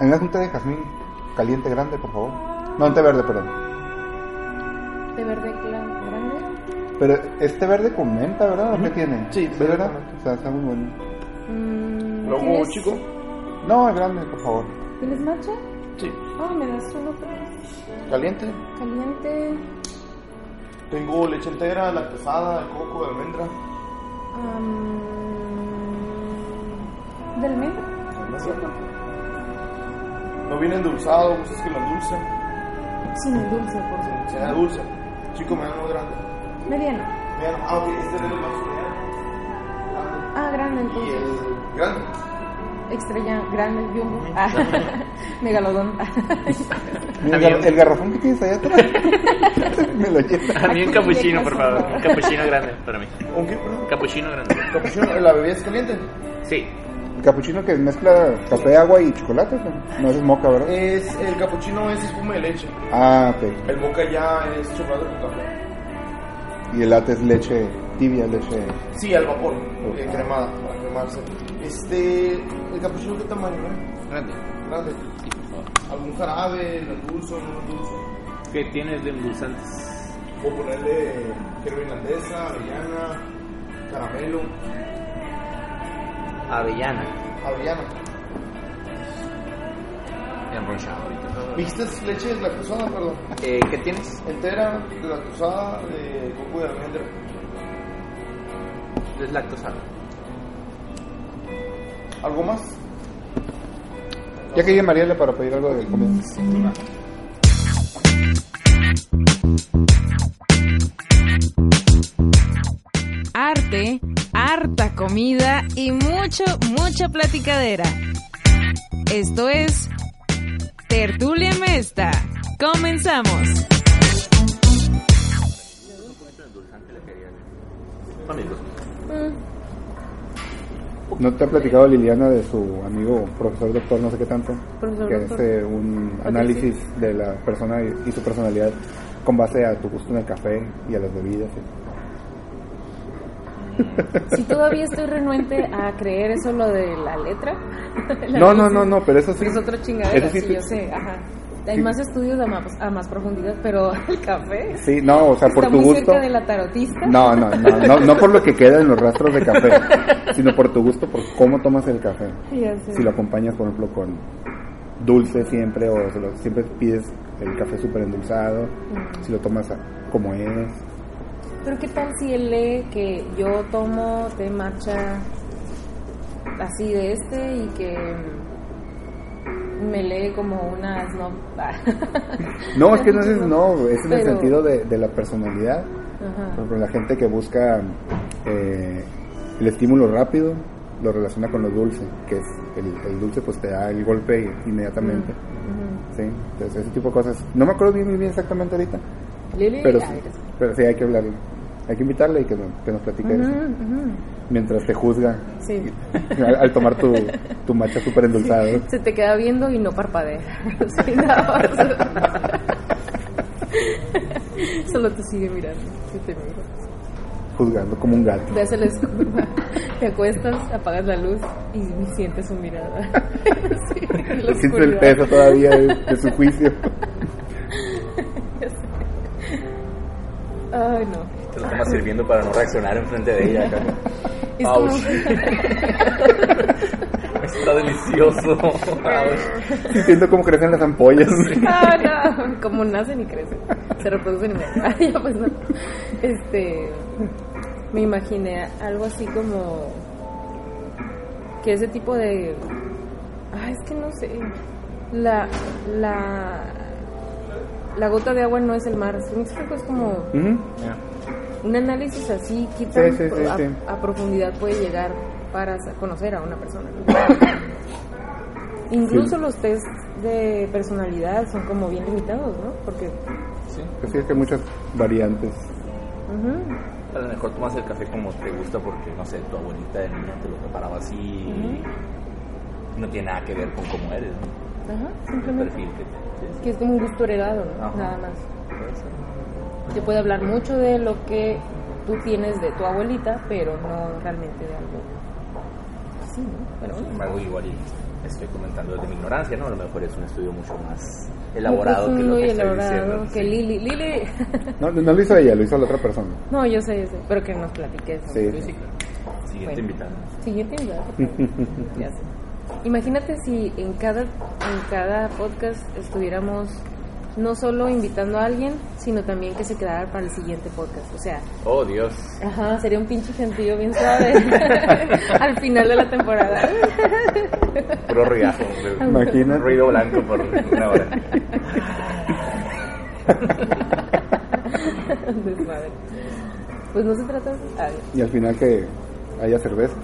En una junta de jazmín, caliente grande, por favor. No, en té verde, perdón. ¿De verde claro, grande? Pero este verde con menta, ¿verdad? ¿O ¿Qué tiene? Sí, ¿De sí, verdad? con menta. O sea, está muy bueno. Mm, ¿Lobo ¿tienes- chico? No, el grande, por favor. ¿Tienes matcha? Sí. Oh, me das uno pero ¿Caliente? caliente. Tengo leche entera, lactosada, de coco, de almendra. am, ¿Del medio? No viene endulzado, pues es que lo endulce. Sin el dulce, por favor. Se da dulce. Chico, me da uno grande. Mediano. Vean, ah, ok, este es el más grande. Ah, grande Y entonces. el grande. Estrella grande, jumbo. Ah, megalodón. Mira, el, Amigo. gar- el garrafón que tienes allá atrás. Me lo llevo. A mí un capuchino, por favor. Un capuchino grande para mí. ¿Un qué, perdón? Un capuchino grande. Capuchino, ¿La bebida es caliente? Sí. El capuchino que mezcla café, agua y chocolate. ¿no? No es moca, ¿verdad? Es, el capuchino es espuma de leche. Ah, ok. El moca ya es chocolate con café. Y el latte es leche tibia, leche. Sí, al vapor, eh, cremada, para cremarse. Este, el capuchino, ¿qué tamaño, eh? Grande. Grande. ¿Algún jarabe, dulce, no dulce? ¿Qué tienes de endulzantes? Puedo ponerle crema irlandesa, avellana, caramelo, Avellana. avellana. Enrollado ahorita. ¿Viste leche deslactosada, perdón? Eh, ¿Qué tienes? Entera, deslactosada, de coco de almendra. Deslactosado. ¿Algo más? Ya que llegue Mariela para pedir algo del comida. Arte, harta comida y mucho, mucha platicadera. Esto es Tertulia Mesta. Comenzamos. Mm, ¿No te ha platicado Liliana de su amigo, profesor doctor, no sé qué tanto? Profesor que doctor. hace un análisis de la persona y, y su personalidad con base a tu gusto en el café y a las bebidas. ¿sí? Si todavía estoy renuente a creer eso lo de la letra. la No, letra no, sí. no, no, pero eso sí. Es otra chingadera, Eso sí sí, te- yo sé, ajá. Hay sí. más estudios a más, a más profundidad, pero el café Sí, no, o sea, por está tu muy gusto. cerca de la tarotista. No, no, no, no, no por lo que queda en los rastros de café, sino por tu gusto, por cómo tomas el café. Ya sé. Si lo acompañas, por ejemplo, con dulce siempre, o se lo- siempre pides el café súper endulzado, si lo tomas a- como es. Pero qué tal si él lee que yo tomo té matcha así de este y que mm, me lee como ah. una snob. No, es que no es no, es en el Pero- sentido de, de la personalidad. Por Ajá. ejemplo, la gente que busca eh, el estímulo rápido lo relaciona con lo dulce, que es el, el dulce pues te da el golpe inmediatamente. Ujú. ¿sí? Entonces, ese tipo de cosas. No me acuerdo bien, bien, bien exactamente ahorita, Lili, pero sí, ay, eres- pero sí hay que hablarle. Hay que invitarle y que, no- que nos platique de eso. Ujú, ujú. Mientras te juzga Sí. al, al tomar tu, tu matcha súper endulzado. Se te queda viendo y no parpadea. Sí, nada más. Solo te sigue mirando. sí te mira. Juzgando como un gato. Ves el escurva, te acuestas, apagas la luz y sientes su mirada. Sí, en la Siente el oscuridad. peso todavía de- de su juicio. Ay, no. Te lo tomas sirviendo para no reaccionar enfrente de ella. acá. Es como- Está delicioso. Siento cómo crecen las ampollas. Ah, no. Como nacen y crecen. Se reproducen y mueren. Ah, ya, pues no. Este. Me imaginé algo así como. Que ese tipo de. Ah, es que no sé. La. La. La gota de agua no es el mar. ¿Sí me explico? Es como Ujú. un análisis así, quita Sí, sí, sí, a, sí. a profundidad puede llegar. para sa- conocer a una persona. Incluso los test de personalidad son como bien limitados, ¿no? Porque Así Pues es que hay muchas variantes. ujú, A lo mejor tomas el café como te gusta porque, no sé, tu abuelita de niña te lo preparaba así. y No tiene nada que ver con cómo eres, ¿no? ajá, El simplemente. perfil que tienes. Que es como un gusto heredado, ¿no? Ajá. Nada más. Se puede hablar mucho de lo que tú tienes de tu abuelita, pero no realmente de algo. Sí, ¿no? Pero Sin bueno. embargo, igual y estoy comentando desde mi ignorancia, ¿no? A lo mejor es un estudio mucho más elaborado que lo Pues Muy que estoy elaborado, diciendo. que Sí. Lili, Lili. No, no lo hizo ella, lo hizo la otra persona. no, yo sé, yo sé, pero que nos platiques. ¿no? Sí. Sí, sí, claro. Siguiente Bueno. invitado. Siguiente invitado, por favor. Ya sé. Imagínate si en cada, en cada podcast estuviéramos no solo invitando a alguien, sino también que se quedara para el siguiente podcast. O sea, Oh, Dios. ajá, sería un pinche gentío bien suave al final de la temporada. Puro ruidazo. Imagínate. Ruido blanco por una hora. Desmadre. Pues no se trata de... ah, Y al final que haya cerveza,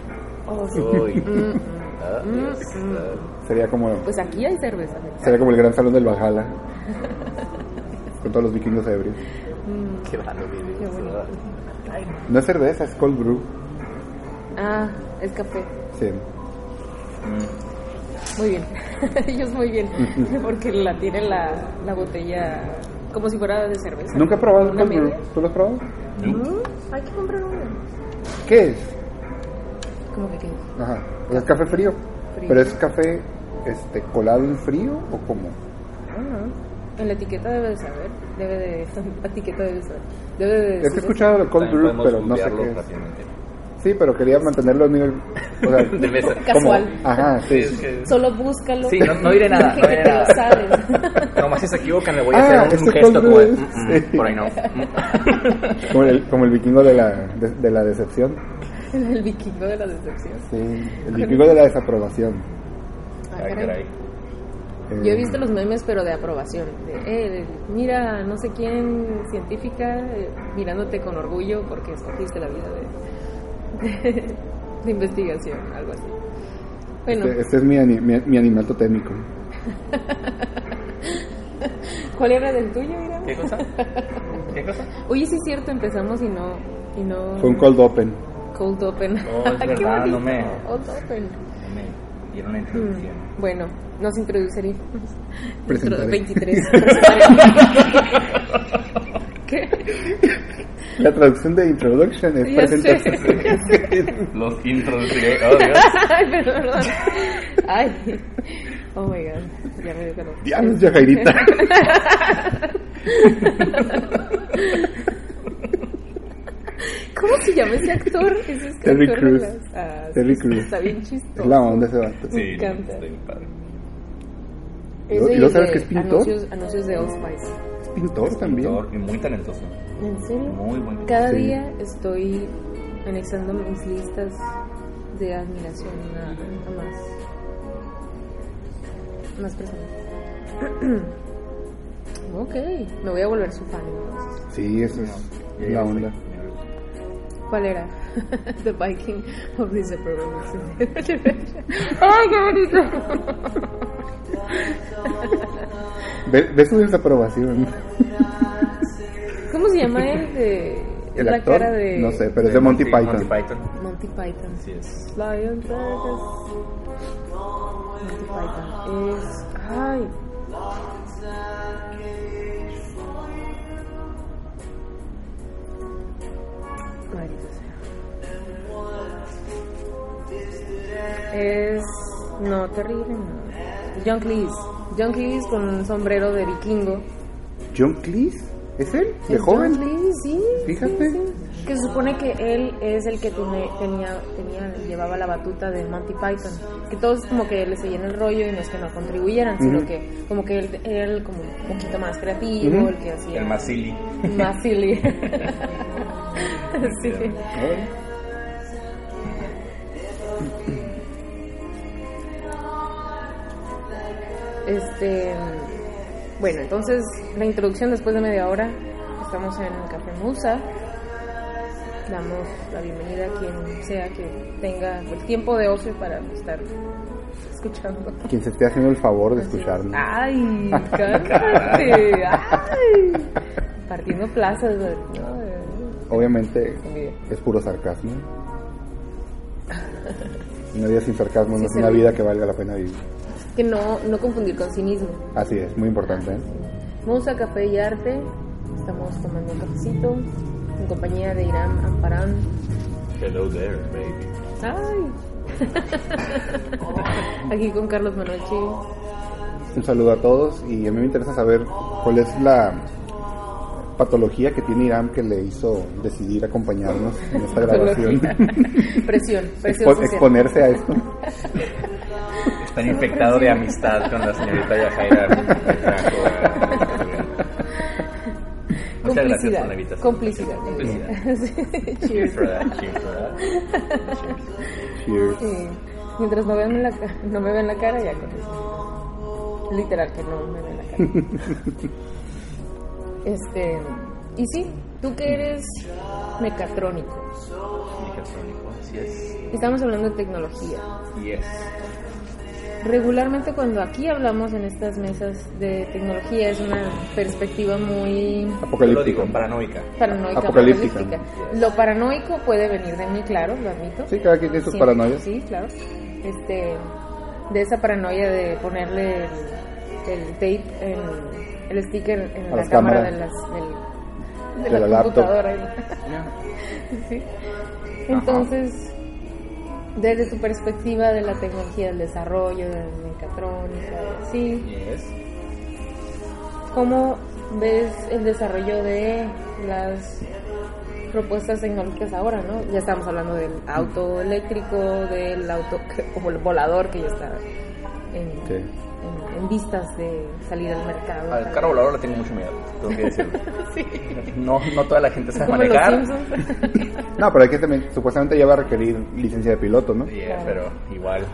oh, sí. Uy. Mm, Ah, Dios. Ah, sería como, Pues aquí hay cerveza. sería como el gran salón del Valhalla. con todos los vikingos ebrios. Mm, Qué raro qué bueno. video. No es cerveza, es cold brew. Ah, es café. Sí. Muy bien. Ellos muy bien. Porque la tienen la, la botella como si fuera de cerveza. ¿Nunca he probado el Una cold brew? media. ¿Tú lo has probado? Mm, hay que comprar uno. ¿Qué es? Como que qué? Ajá. O sea, es café frío. Frío. Pero es café este, colado en frío o cómo? Ah, no. En la etiqueta debe de saber. Debe de. La etiqueta debe de saber. Debe de. Es que he decir- escuchado de cold También brew, podemos pero no sé googlearlo qué es. rápidamente. Sí, pero quería mantenerlo a nivel... O sea, De mesa. Casual. Ajá, sí. Solo búscalo. Sí, no, no diré nada. Que No diré te lo nada. sabes. Nomás si se equivocan le voy a Ah, hacer es un, que gesto como de, Cold Brew "Mm, es- mm, por ahí no. Ah, Como el, como el vikingo de la, de, de la decepción. El vikingo de la decepción. Sí, el vikingo de la desaprobación. Ah, Ay, caray. caray. Eh, Yo he visto los memes, pero de aprobación. De, eh, de, mira, no sé quién científica eh, mirándote con orgullo porque escogiste la vida de, de, de investigación, algo así. Bueno, Este, este es mi, ani- mi, mi animal totémico. ¿cuál era del tuyo, Irán? ¿Qué cosa? ¿Qué cosa? Oye, sí es cierto, empezamos y no... Y no Con cold open. Cold Open. Oh, es Qué verdad, no bonito, Mm. me- Cold Open. Me dieron una introducción. Bueno, nos introduciríamos. Presentaré. 23. ¿Qué? La traducción de introduction es Ya sé. presentación. Los introduciré. Oh, Dios. Ay, perdón, perdón. Ay. Oh my god. Ya me dio calor. Diablos, ya Jairita. ¿Cómo se llama ese actor? ¿Es este Terry actor Crews. de las- Ah, sí, Terry Crews. Está bien chistoso. Es la onda ese vato. Me encanta. estoy padre. ¿Y lo- Ese y lo sabes de que es pintor? Anuncios, anuncios de Old Spice. Es pintor también. Pintor Y muy talentoso. ¿En serio? Muy buen pintor. Cada Sí. día estoy anexando mis listas de admiración a, a más, más personas. ok, me voy a volver su fan entonces. Sí, eso es la onda. ¿Cuál era? The Viking of this ¡Ay, qué bonito! Ve, ve su desaprobación. ¿Cómo se llama él? De, El la actor. cara de No sé, pero es de Monty, Python. Monty Python. Monty Python. Sí, es. Lion Tigers. Monty Python es. Ay. Maldita sea. Es. No, terrible. No. John Cleese. John Cleese con un sombrero de vikingo. John Cleese. ¿Es él? ¿De Es joven? John Cleese, sí. Fíjate. sí, sí. Que se supone que él es el que tiene- tenía, tenía, llevaba la batuta de Monty Python. Que todos como que le seguían el rollo y no es que no contribuyeran, sino Ujú. que como que él era el como un poquito más creativo, Ujú. el que hacía El más silly. más silly. sí. Este, bueno, entonces la introducción después de media hora. Estamos en el Café Musa. damos la bienvenida a quien sea que tenga el tiempo de ocio para estar escuchando. Quien se esté haciendo el favor de escucharnos. Ah. Ay, cálmate. ay. Partiendo plazas, güey. No, de verdad, Obviamente envidia. es puro sarcasmo. Una vida sin sarcasmo Sí, no es sí. una vida que valga la pena vivir. Que no, no confundir con cinismo. Así es, muy importante. ¿eh? Musa, Café y Arte. Estamos tomando un cafecito en compañía de Irán Amparán. Hello there, baby. Ay. Aquí con Carlos Manochi. Un saludo a todos y a mí me interesa saber cuál es la patología que tiene Irán que le hizo decidir acompañarnos en esta grabación. Presión, presión Expo- social. exponerse a esto. Están infectado de amistad con la señorita Yajaira. Muchas gracias por la invitación. Complicidad. Complicidad. Sí, Cheers Cheers. for that, cheers for that. Cheers. Sí. Mientras no, vean la, ca- no me vean la cara, ya con eso. Literal, que no me vean la cara. este. Y sí, tú que eres mecatrónico. Mecatrónico, así es. Estamos hablando de tecnología. Yes. Regularmente cuando aquí hablamos en estas mesas de tecnología es una perspectiva muy Yo lo digo, Apocalíptico. paranoica. paranoica. Apocalíptica. apocalíptica. Lo paranoico puede venir de mí, claro, lo admito. Sí, cada quien tiene sus Sí, paranoias. Sí, claro. Este, de esa paranoia de ponerle el, el tape, en, el sticker en A la las cámara cámaras. de, las, del- de De la, la laptop. computadora. Sí. Entonces, desde tu perspectiva de la tecnología, del desarrollo, de la mecatrónica, sí, Yes. ¿Cómo ves el desarrollo de las propuestas tecnológicas ahora, no? Ya estamos hablando del auto eléctrico, del auto que- como el volador que ya está en, Sí. en- en vistas de salir al mercado. Al carro volador le tengo mucho miedo, tengo que decirlo. Sí. No, no toda la gente sabe Como los manejar. Simpsons. No, pero hay que también, supuestamente ya va a requerir licencia de piloto, ¿no? Yeah, pero igual.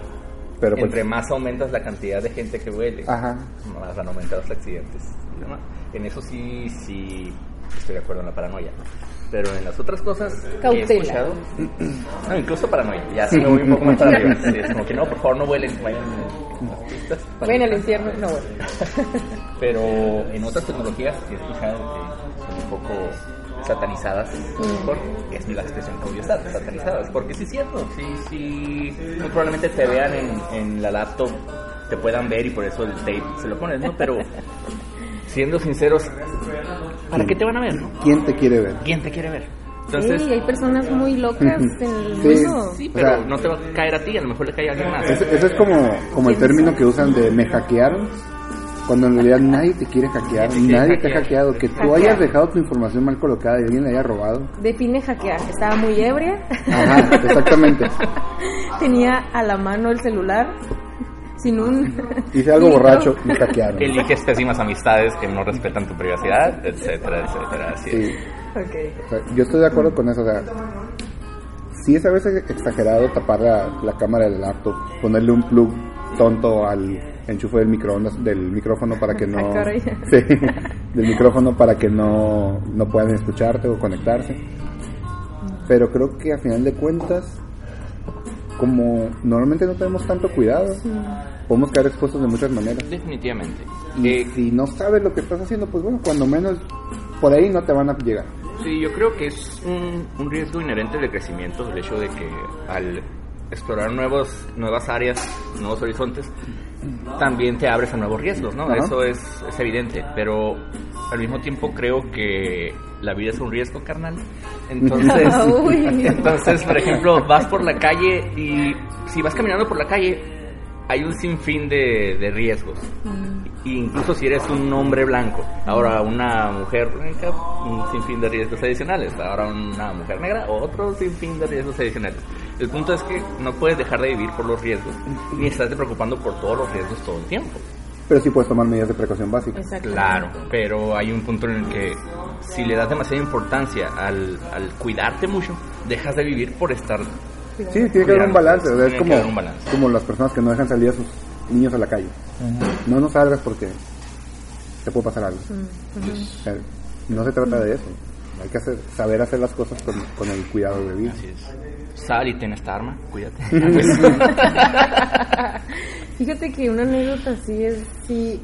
Pero pues, Entre más aumentas la cantidad de gente que huele, Ajá. más han aumentado los accidentes. y demás. En eso sí, sí estoy de acuerdo en la paranoia. Pero en las otras cosas que he Cautela. escuchado, no, incluso paranoia, ya sí me voy un poco más para arriba. Sí, es como que no, por favor no huelen, vayan a las pistas. Ven al infierno, no bueno. Pero en otras tecnologías sí he escuchado que son un poco satanizadas, por, es la expresión que voy a usar, satanizadas, porque sí es cierto, sí, sí, muy probablemente te vean en, en la laptop, te puedan ver y por eso el tape se lo pones, ¿no? Pero siendo sinceros, ¿para qué te van a ver? no? ¿quién te quiere ver? ¿Quién te quiere ver? Entonces, Sí, hay personas muy locas en el Sí. mundo. sí, o pero sea- no te va a caer a ti, a lo mejor le cae a alguien más. Ese, ese es como, como el término que usan de me hackearon, cuando en realidad nadie te quiere hackear, Nadie te quiere nadie te ha hackear. hackeado, que tú Hackear. hayas dejado tu información mal colocada y alguien la haya robado. Define hackear. Estaba muy ebria. Ajá, exactamente. Tenía a la mano el celular sin un. Hice algo filtro. borracho, me hackearon. Eliges pésimas amistades que no respetan tu privacidad, etcétera, etcétera. Así es. Sí, Ok. o sea, yo estoy de acuerdo con eso. O sea, sí es a veces exagerado tapar la, la cámara del laptop, ponerle un plug tonto al enchufe del microondas, del micrófono para que no... Ah, caray. Sí, del micrófono para que no, no puedan escucharte o conectarse. Pero creo que a final de cuentas, como normalmente no tenemos tanto cuidado, podemos quedar expuestos de muchas maneras. Definitivamente. Y Eh, si no sabes lo que estás haciendo, pues bueno, cuando menos por ahí no te van a llegar. sí, yo creo que es un, un riesgo inherente de crecimiento el hecho de que al explorar nuevos, nuevas áreas, nuevos horizontes, también te abres a nuevos riesgos, ¿no? Ajá. Eso es, es evidente, pero al mismo tiempo creo que la vida es un riesgo, carnal. Entonces, Uy. entonces, por ejemplo, vas por la calle y si vas caminando por la calle, hay un sinfín de, de riesgos. Incluso si eres un hombre blanco, ahora una mujer blanca, un sinfín de riesgos adicionales. Ahora una mujer negra, otro sinfín de riesgos adicionales. El punto es que no puedes dejar de vivir por los riesgos, ni estarte preocupando por todos los riesgos todo el tiempo. Pero sí puedes tomar medidas de precaución básicas. Exacto. Claro, pero hay un punto en el que si le das demasiada importancia al, al cuidarte mucho, dejas de vivir por estar. Sí, tiene que haber un balance. o sea, es Tiene que como, haber un balance. como las personas que no dejan salir a sus niños a la calle. No nos salgas porque te puede pasar algo. O sea, no se trata de eso. Hay que hacer- saber hacer las cosas con, con el cuidado de vida. Así es. Sal y ten esta arma, cuídate. Fíjate que una anécdota así es, sí,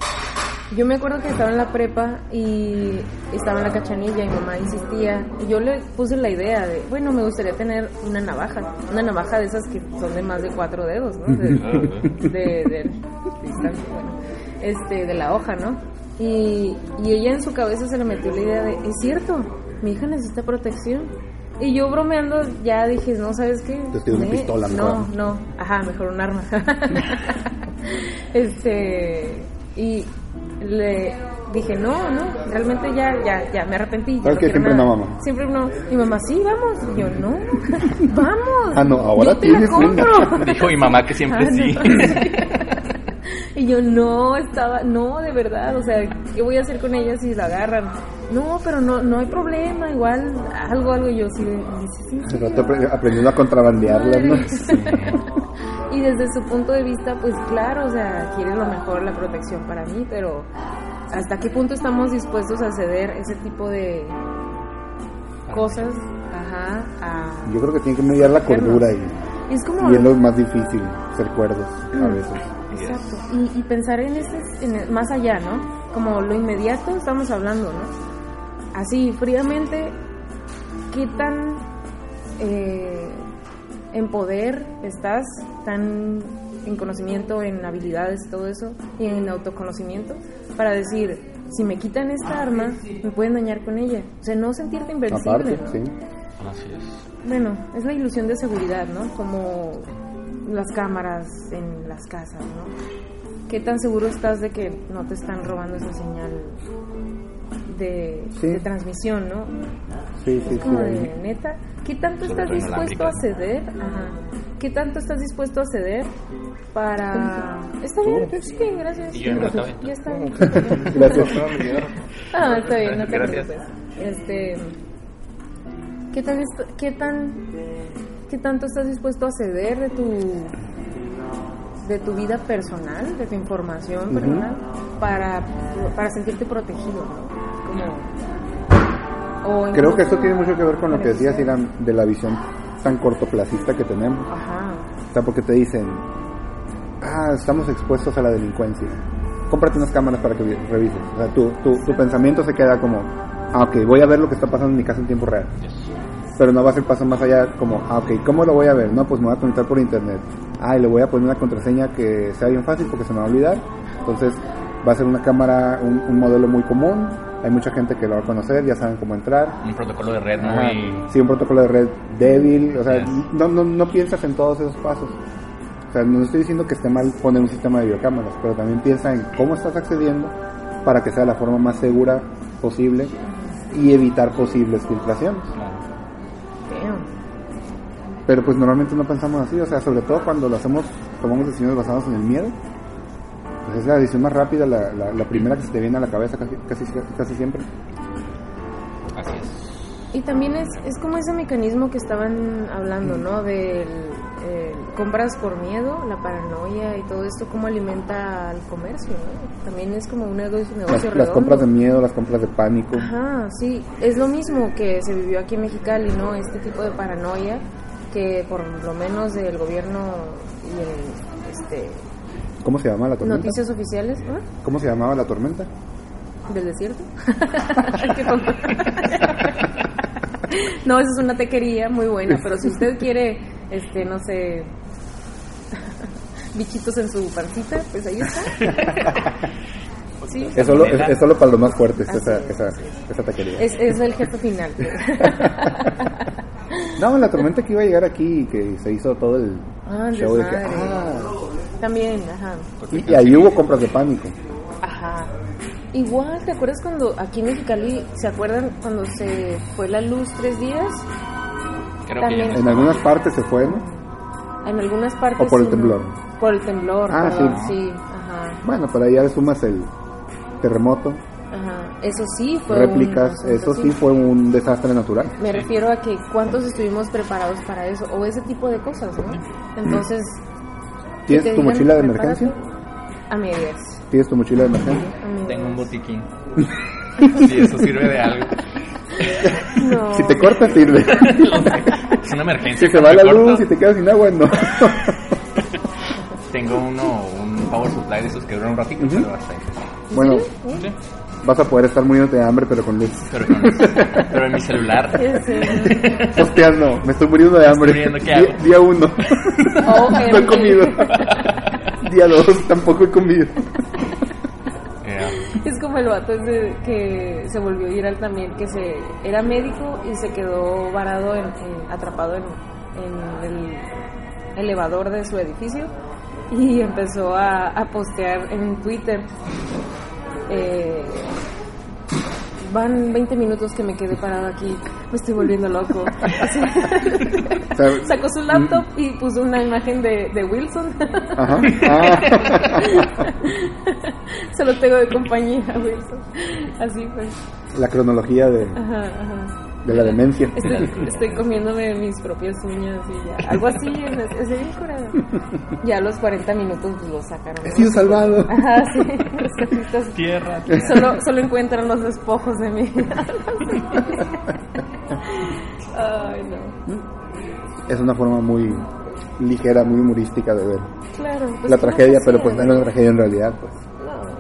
yo me acuerdo que estaba en la prepa y estaba en la cachanilla y mamá insistía, y yo le puse la idea de, bueno, me gustaría tener una navaja, una navaja de esas que son de más de cuatro dedos, ¿no? De, de, de- distancia, bueno, este, de la hoja, ¿no? Y, y ella en su cabeza se le metió la idea de, es cierto, mi hija necesita protección. Y yo bromeando ya dije, no, ¿sabes qué? Te tiro una Ne- pistola, No, mejor". no, ajá, mejor un arma. este, y le dije, no, no, realmente ya, ya, ya, me arrepentí. ya Claro que quiero siempre nada. no, mamá. Siempre no. Y mamá, sí, vamos. Y yo, no, vamos. Ah, no, ahora yo te la tienes una. compro. Dijo mi mamá que siempre Ah, sí. Y yo no estaba, no, de verdad, o sea, ¿qué voy a hacer con ella si la agarran? No, pero no, no hay problema, igual algo, algo, y yo sí, sí, Hace rato apre- aprendiendo a contrabandearlas, ¿no? Y desde su punto de vista, pues claro, o sea, quiere lo mejor, la protección para mí, pero ¿hasta qué punto estamos dispuestos a ceder ese tipo de Ah, cosas? Ajá, a... Yo creo que tiene que mediar la cordura ahí. Y es como... Y es lo más difícil, ser cuerdos a Mm. veces. Exacto. Y, y pensar en ese, en el- más allá, ¿no? Como lo inmediato estamos hablando, ¿no? Así, fríamente, ¿qué tan eh, en poder estás? ¿Tan en conocimiento, en habilidades, todo eso? Y en autoconocimiento para decir, si me quitan esta arma, me pueden dañar con ella. O sea, no sentirte invencible. Aparte, ¿no? sí. Así es. Bueno, es la ilusión de seguridad, ¿no? Como las cámaras en las casas, ¿no? ¿Qué tan seguro estás de que no te están robando esa señal de, Sí. de transmisión, ¿no? Sí, sí, Es sí. como de neta. ¿Qué tanto Sobre estás todo dispuesto a ceder? Ajá. ¿Qué tanto estás dispuesto a ceder para... Está bien, sí, gracias. Y yo no me acabé. Ya está Gracias. Ah, está bien, no te Gracias. preocupes. Este, ¿qué tan, est- qué tan, qué tanto estás dispuesto a ceder de tu, de tu vida personal, de tu información personal, para, para sentirte protegido, ¿no? Como, o en- Creo que esto tiene mucho que ver con lo que decías Irán, de la visión tan cortoplacista que tenemos. Ajá. O sea, porque te dicen, ah, estamos expuestos a la delincuencia. Cómprate unas cámaras para que vi- revises. O sea, tu, tu, tu pensamiento se queda como, ah, ok, voy a ver lo que está pasando en mi casa en tiempo real. Pero no vas el paso más allá, como, ah, ok, ¿cómo lo voy a ver? No, pues me voy a conectar por internet. Ah, y le voy a poner una contraseña que sea bien fácil porque se me va a olvidar. Entonces, va a ser una cámara, un, un modelo muy común. Hay mucha gente que lo va a conocer, ya saben cómo entrar. Un protocolo de red Ajá. muy. Sí, un protocolo de red débil, o sea, Yes. no, no, no piensas en todos esos pasos. O sea, no estoy diciendo que esté mal poner un sistema de videocámaras, pero también piensa en cómo estás accediendo para que sea la forma más segura posible y evitar posibles filtraciones. Damn. Pero pues normalmente no pensamos así, o sea, sobre todo cuando lo hacemos, tomamos decisiones basadas en el miedo. Pues es la decisión más rápida, la, la- la primera que se te viene a la cabeza casi, casi, casi siempre. Así es. Y también es, es como ese mecanismo que estaban hablando, ¿no? Del eh, compras por miedo, la paranoia y todo esto, cómo alimenta al comercio, ¿no? También es como un negocio, Las, negocio las redondo. compras de miedo, las compras de pánico. Ajá, sí, es lo mismo que se vivió aquí en Mexicali, ¿no? Este tipo de paranoia que por lo menos el gobierno y el, este, ¿Cómo se llama la tormenta? noticias oficiales ¿ah? ¿Cómo se llamaba la tormenta? del desierto. Qué tonto. no, eso es una tequería muy buena, pero si usted quiere, este, no sé, bichitos en su pancita, pues ahí está. sí. Es solo, es, es solo para los más fuertes Así esa, es. esa, esa taquería. Ah, Es, es el jefe final. No, la tormenta que iba a llegar aquí y que se hizo todo el Ah, el show de que, desmadre. ah, También, ajá. y, y ahí hubo compras de pánico. Ajá. Igual, ¿te acuerdas cuando aquí en Mexicali, ¿se acuerdan cuando se fue la luz tres días? Creo que ya También. no En algunas partes se fue, ¿no? En algunas partes. O por el sí, temblor. ¿no? Por el temblor, Ah, perdón, sí. sí. ajá. Bueno, pero ahí ya le sumas el terremoto, Ajá. Eso sí fue. un réplicas, asunto, eso sí fue un desastre natural. Me refiero a que cuántos estuvimos preparados para eso, o ese tipo de cosas, ¿no? Entonces. que ¿Tienes te tu digan, mochila de "Prepárate". emergencia? A medias. ¿Tienes tu mochila de emergencia? a medias. Tengo un botiquín. Si eso sirve de algo. No. Si te cortas, sirve. Es una emergencia. si se va la cuando te luz cortas. y te quedas sin agua, no. Tengo uno, un power supply de esos que duran un ratito, Ujú. pero hasta ahí. bueno, Sí, vas a poder estar muriéndote de hambre, pero con luz. pero, con eso. pero en mi celular. eh, Ya sé. Hosteando, me estoy muriendo de hambre. muriendo, ¿qué hago? Día- Día uno. OMG. no he comido. Día dos, tampoco he comido. Yeah. Es como el vato ese que se volvió viral también, que se era médico y se quedó varado, en, en- atrapado en, en el elevador de su edificio y empezó a, a postear en Twitter. eh, Van 20 minutos que me quedé parado aquí, me estoy volviendo loco. Así. O sea, Sacó su laptop y puso una imagen de, de Wilson. Ajá. Ah, Se lo tengo de compañía, Wilson. Así pues. la cronología de, Ajá, ajá. de la demencia. Estoy, estoy comiéndome mis propias uñas y ya. Algo así, es, es bien curado. Ya a los 40 minutos pues, lo sacaron. He sido salvado. Ajá, sí. los artistas Tierra. Solo, solo encuentran los despojos de mí. Ay, no. Es una forma muy ligera, muy humorística de ver Claro. pues, la ¿cómo tragedia, que pero sea? pues no es una tragedia en realidad. Pues. No.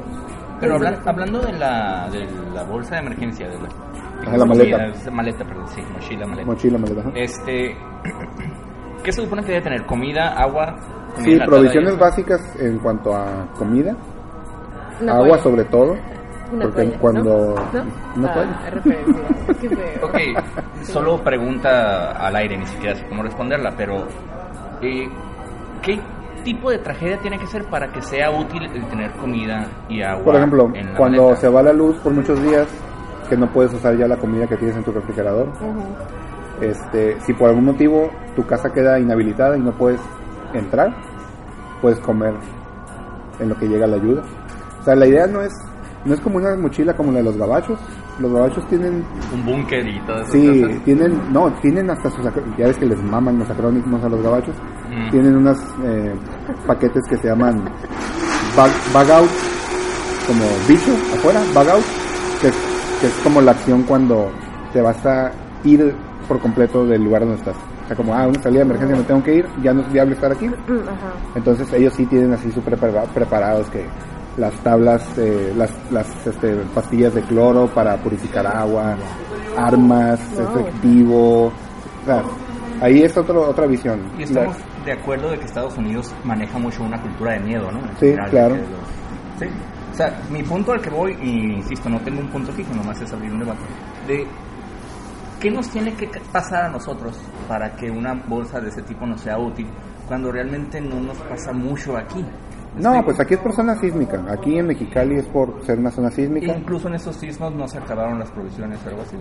Pero hablan- hablando de la, de la bolsa de emergencia, de la, Ajá, la maleta. mochila, maleta, perdón, sí, mochila, maleta. Mochila, maleta. ajá. Este, ¿qué se supone que debe tener? ¿Comida, agua? comida Sí, enlatada y provisiones eso? básicas en cuanto a comida, Una agua toalla. sobre todo, Una porque toalla, cuando... ¿No? ¿Una Ah, toalla? referencia. Qué feo. Ok, solo pregunta al aire, ni siquiera sé cómo responderla, pero eh, ¿qué tipo de tragedia tiene que ser para que sea útil el tener comida y agua? Por ejemplo, en la cuando maleta? se va la luz por muchos días, que no puedes usar ya la comida que tienes en tu refrigerador, Ujú. este, si por algún motivo tu casa queda inhabilitada y no puedes entrar, puedes comer en lo que llega la ayuda. O sea, la idea no es no es como una mochila como la de los gabachos. Los gabachos tienen Un búnker y todas esas sí, cosas. tienen no, tienen hasta sus acro- ya ves que les maman los acrónimos a los gabachos. Mm. Tienen unos paquetes que se llaman bag, bag out como bicho afuera, bag out, que es, que es como la acción cuando te vas a ir por completo del lugar donde estás. O sea, como, ah, una salida de emergencia, me tengo que ir, ya no es viable estar aquí. Mm, Ajá. Entonces ellos sí tienen así súper prepara- preparados que las tablas, eh, las, las este, pastillas de cloro para purificar agua, armas, Wow. efectivo. O sea, ahí es otro, otra visión. Y La- estamos de acuerdo de que Estados Unidos maneja mucho una cultura de miedo, ¿no? En Sí, general, claro. de los- sí. O sea, mi punto al que voy, y insisto, no tengo un punto fijo, nomás es abrir un debate, de qué nos tiene que ca- pasar a nosotros para que una bolsa de ese tipo nos sea útil cuando realmente no nos pasa mucho aquí. ¿Me No, explico? pues aquí es por zona sísmica. Aquí en Mexicali es por ser una zona sísmica. Incluso en esos sismos no se acabaron las provisiones o algo así.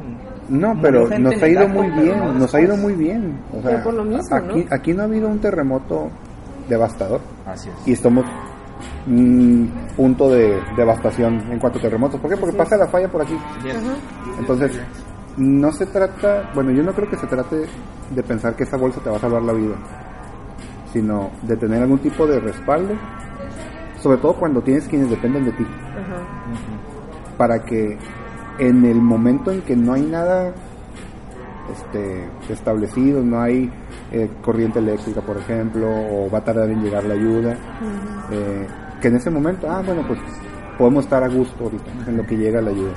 No, Murió pero gente en nos el ha ido Tajo, muy pero bien, no nos ha después. ido muy bien. O sea, Pero por lo mismo, aquí, ¿no? aquí no ha habido un terremoto devastador Así es. y estamos un punto de devastación en cuanto a terremotos. ¿Por qué? Porque pasa la falla por aquí. Yes. Entonces, no se trata, bueno, yo no creo que se trate de pensar que esa bolsa te va a salvar la vida, sino de tener algún tipo de respaldo, sobre todo cuando tienes quienes dependen de ti, Ajá. para que en el momento en que no hay nada este, establecido, no hay eh, corriente eléctrica, por ejemplo, o va a tardar en llegar la ayuda, eh, que en ese momento, ah, bueno, pues podemos estar a gusto ahorita en lo que llega la ayuda.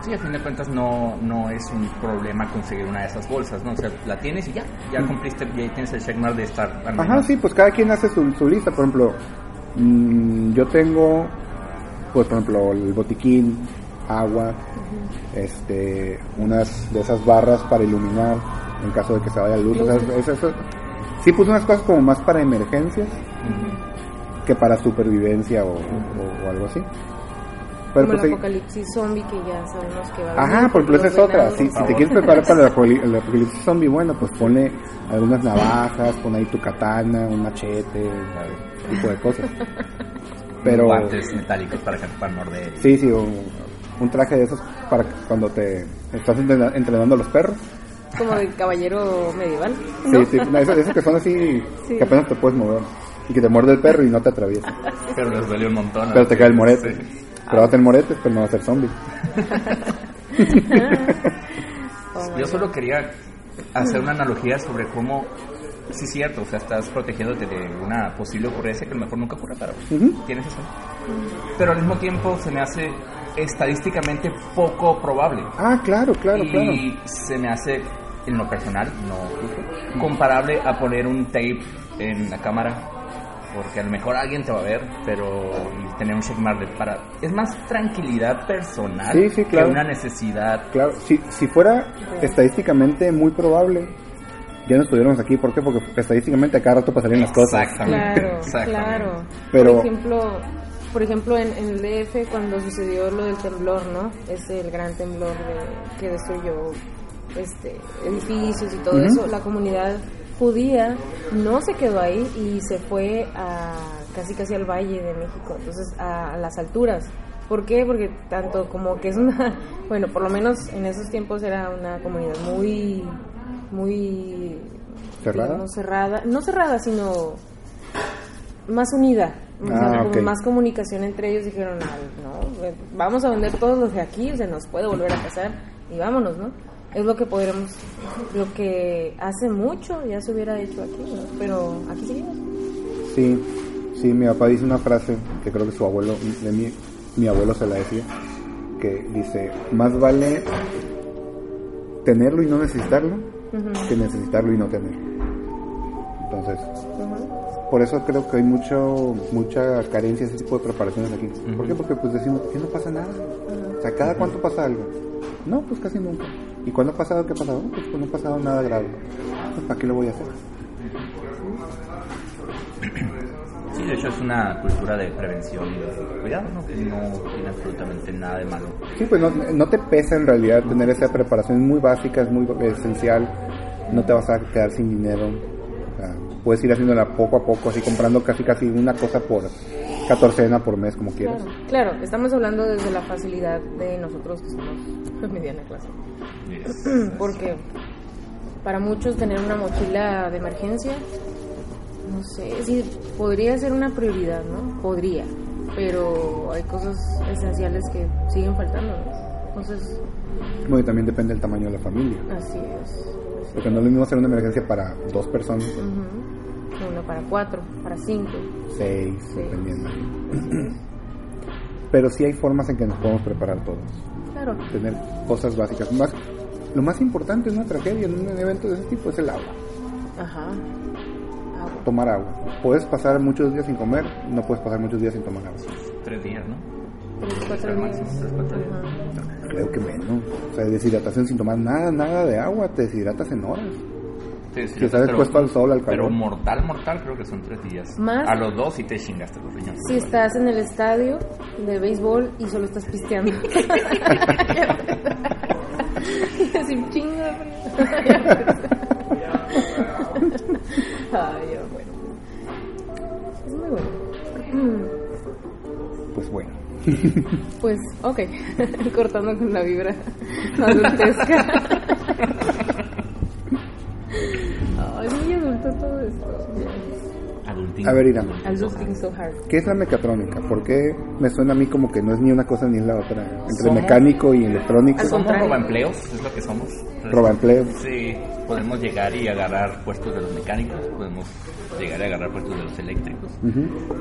Sí, a fin de cuentas no, no es un problema conseguir una de esas bolsas, ¿no? O sea, la tienes y ya, ya cumpliste, ya ahí tienes el checkmark de estar al menos. Ajá, sí, pues cada quien hace su, su lista. Por ejemplo, mm, yo tengo, pues por ejemplo, el botiquín, agua, este, unas de esas barras para iluminar en caso de que se vaya la luz. O sea, es- es- es- sí puse unas cosas como más para emergencias Ujú. que para supervivencia o, o- o algo así. Pero Como pues, el sí. apocalipsis zombie que ya sabemos que va a Ajá, venir, por ejemplo, esa los es otra. venados, Si, si por te favor. quieres preparar para el apocalip- el apocalipsis zombie, bueno, pues ponle algunas navajas, pon ahí tu katana, un machete, ese tipo de cosas. Pero Guantes metálicos para, que- para morder. sí, sí, un, un traje de esos para cuando te estás entrena- entrenando a los perros. Como de caballero medieval. Sí, sí, no, esos, esos que son así, Sí. que apenas te puedes mover. Y que te muerde el perro y no te atraviesa. Pero les duele un montón. Pero te cae el morete. Sí. Pero va a tener moretes, pero no va a ser zombie. Oh, my Yo solo quería hacer una analogía sobre cómo, sí es cierto, o sea, estás protegiéndote de una posible ocurrencia que a lo mejor nunca ocurre, pero Ujú. tienes eso. Pero al mismo tiempo se me hace estadísticamente poco probable. Ah, claro, claro, y claro. se me hace, en lo personal, no juzgo, comparable a poner un tape en la cámara. Porque a lo mejor alguien te va a ver, pero y tener un checkmark de para... Es más tranquilidad personal Sí, sí, claro. que una necesidad Claro, si, si fuera estadísticamente muy probable, ya no estuviéramos aquí. ¿Por qué? Porque estadísticamente a cada rato pasarían las cosas. Exactamente. Claro, exactamente. claro. Pero- Por ejemplo, por ejemplo en, en el DF cuando sucedió lo del temblor, ¿no? Es el gran temblor de- que destruyó este, edificios y todo Ujú. eso. La comunidad judía no se quedó ahí y se fue a casi casi al valle de México, entonces a, a las alturas. ¿Por qué? Porque tanto como que es una, bueno, por lo menos en esos tiempos era una comunidad muy, muy ¿Cerrada? digamos, cerrada, no cerrada, sino más unida. O sea, Ah, como ok. más comunicación entre ellos dijeron, "Ay, no, eh, vamos a vender todos los de aquí, se nos puede volver a casar y vámonos, ¿no? Es lo que podremos, lo que hace mucho ya se hubiera hecho aquí, ¿no? pero aquí seguimos. Sí, sí, mi papá dice una frase que creo que su abuelo, de mí, mi abuelo se la decía, que dice, más vale tenerlo y no necesitarlo que necesitarlo y no tenerlo. Entonces, por eso creo que hay mucho, mucha carencia de ese tipo de preparaciones aquí. ¿Por qué? Porque pues decimos, que no pasa nada. O sea, ¿cada cuánto pasa algo? No, pues casi nunca. ¿Y cuándo ha pasado? ¿Qué ha pasado? "No, Pues no ha pasado nada grave. Pues ¿para qué lo voy a hacer? Sí, de hecho es una cultura de prevención y de cuidado, ¿no? Que no tiene absolutamente nada de malo. Sí, pues no, no te pesa en realidad tener esa preparación es muy básica, es muy esencial. No te vas a quedar sin dinero. O sea, puedes ir haciéndola poco a poco, así comprando casi casi una cosa por catorcena por mes, como quieras. Claro, claro, estamos hablando desde la facilidad de nosotros que somos mediana clase. Porque para muchos tener una mochila de emergencia, no sé, sí, podría ser una prioridad, ¿no? Podría, pero hay cosas esenciales que siguen faltando, ¿no? Entonces, Bueno, y también depende del tamaño de la familia. así es. Porque no es lo mismo hacer una emergencia para dos personas, Ujú. Uno para cuatro, para cinco. seis, Sí. dependiendo. Pero sí hay formas en que nos podemos preparar todos. Claro, Tener cosas básicas. Más, lo más importante en una tragedia, en un evento de ese tipo, es el agua. ajá. Agua. tomar agua. Puedes pasar muchos días sin comer, no puedes pasar muchos días sin tomar agua. Tres días, ¿no? Tres, cuatro Al días. máximo, tres, cuatro días. Ajá. Creo que menos. O sea, deshidratación sin tomar nada, nada de agua, te deshidratas en horas. Sí, sí, Que estás pero- expuesto al sol, al calor. Pero mortal, mortal, creo que son tres días. Más- A los dos y te chingaste los riñones. Si estás en el estadio de béisbol y solo estás pisteando. y así un chingo de frío. Ay, ya, bueno. Es muy bueno. Mm, Pues bueno. Pues, ok. Cortando con la vibra adultesca. Ay, es muy adulto todo esto. Adultín. A ver, Irán, Adulting so hard. ¿qué es la mecatrónica? ¿Por qué me suena a mí como que no es ni una cosa ni es la otra? Entre Somos- mecánico y electrónico, Al Somos contrario. robaempleos, es lo que somos. roba empleo. Sí, podemos llegar y agarrar puestos de los mecánicos, podemos llegar y agarrar puestos de los eléctricos.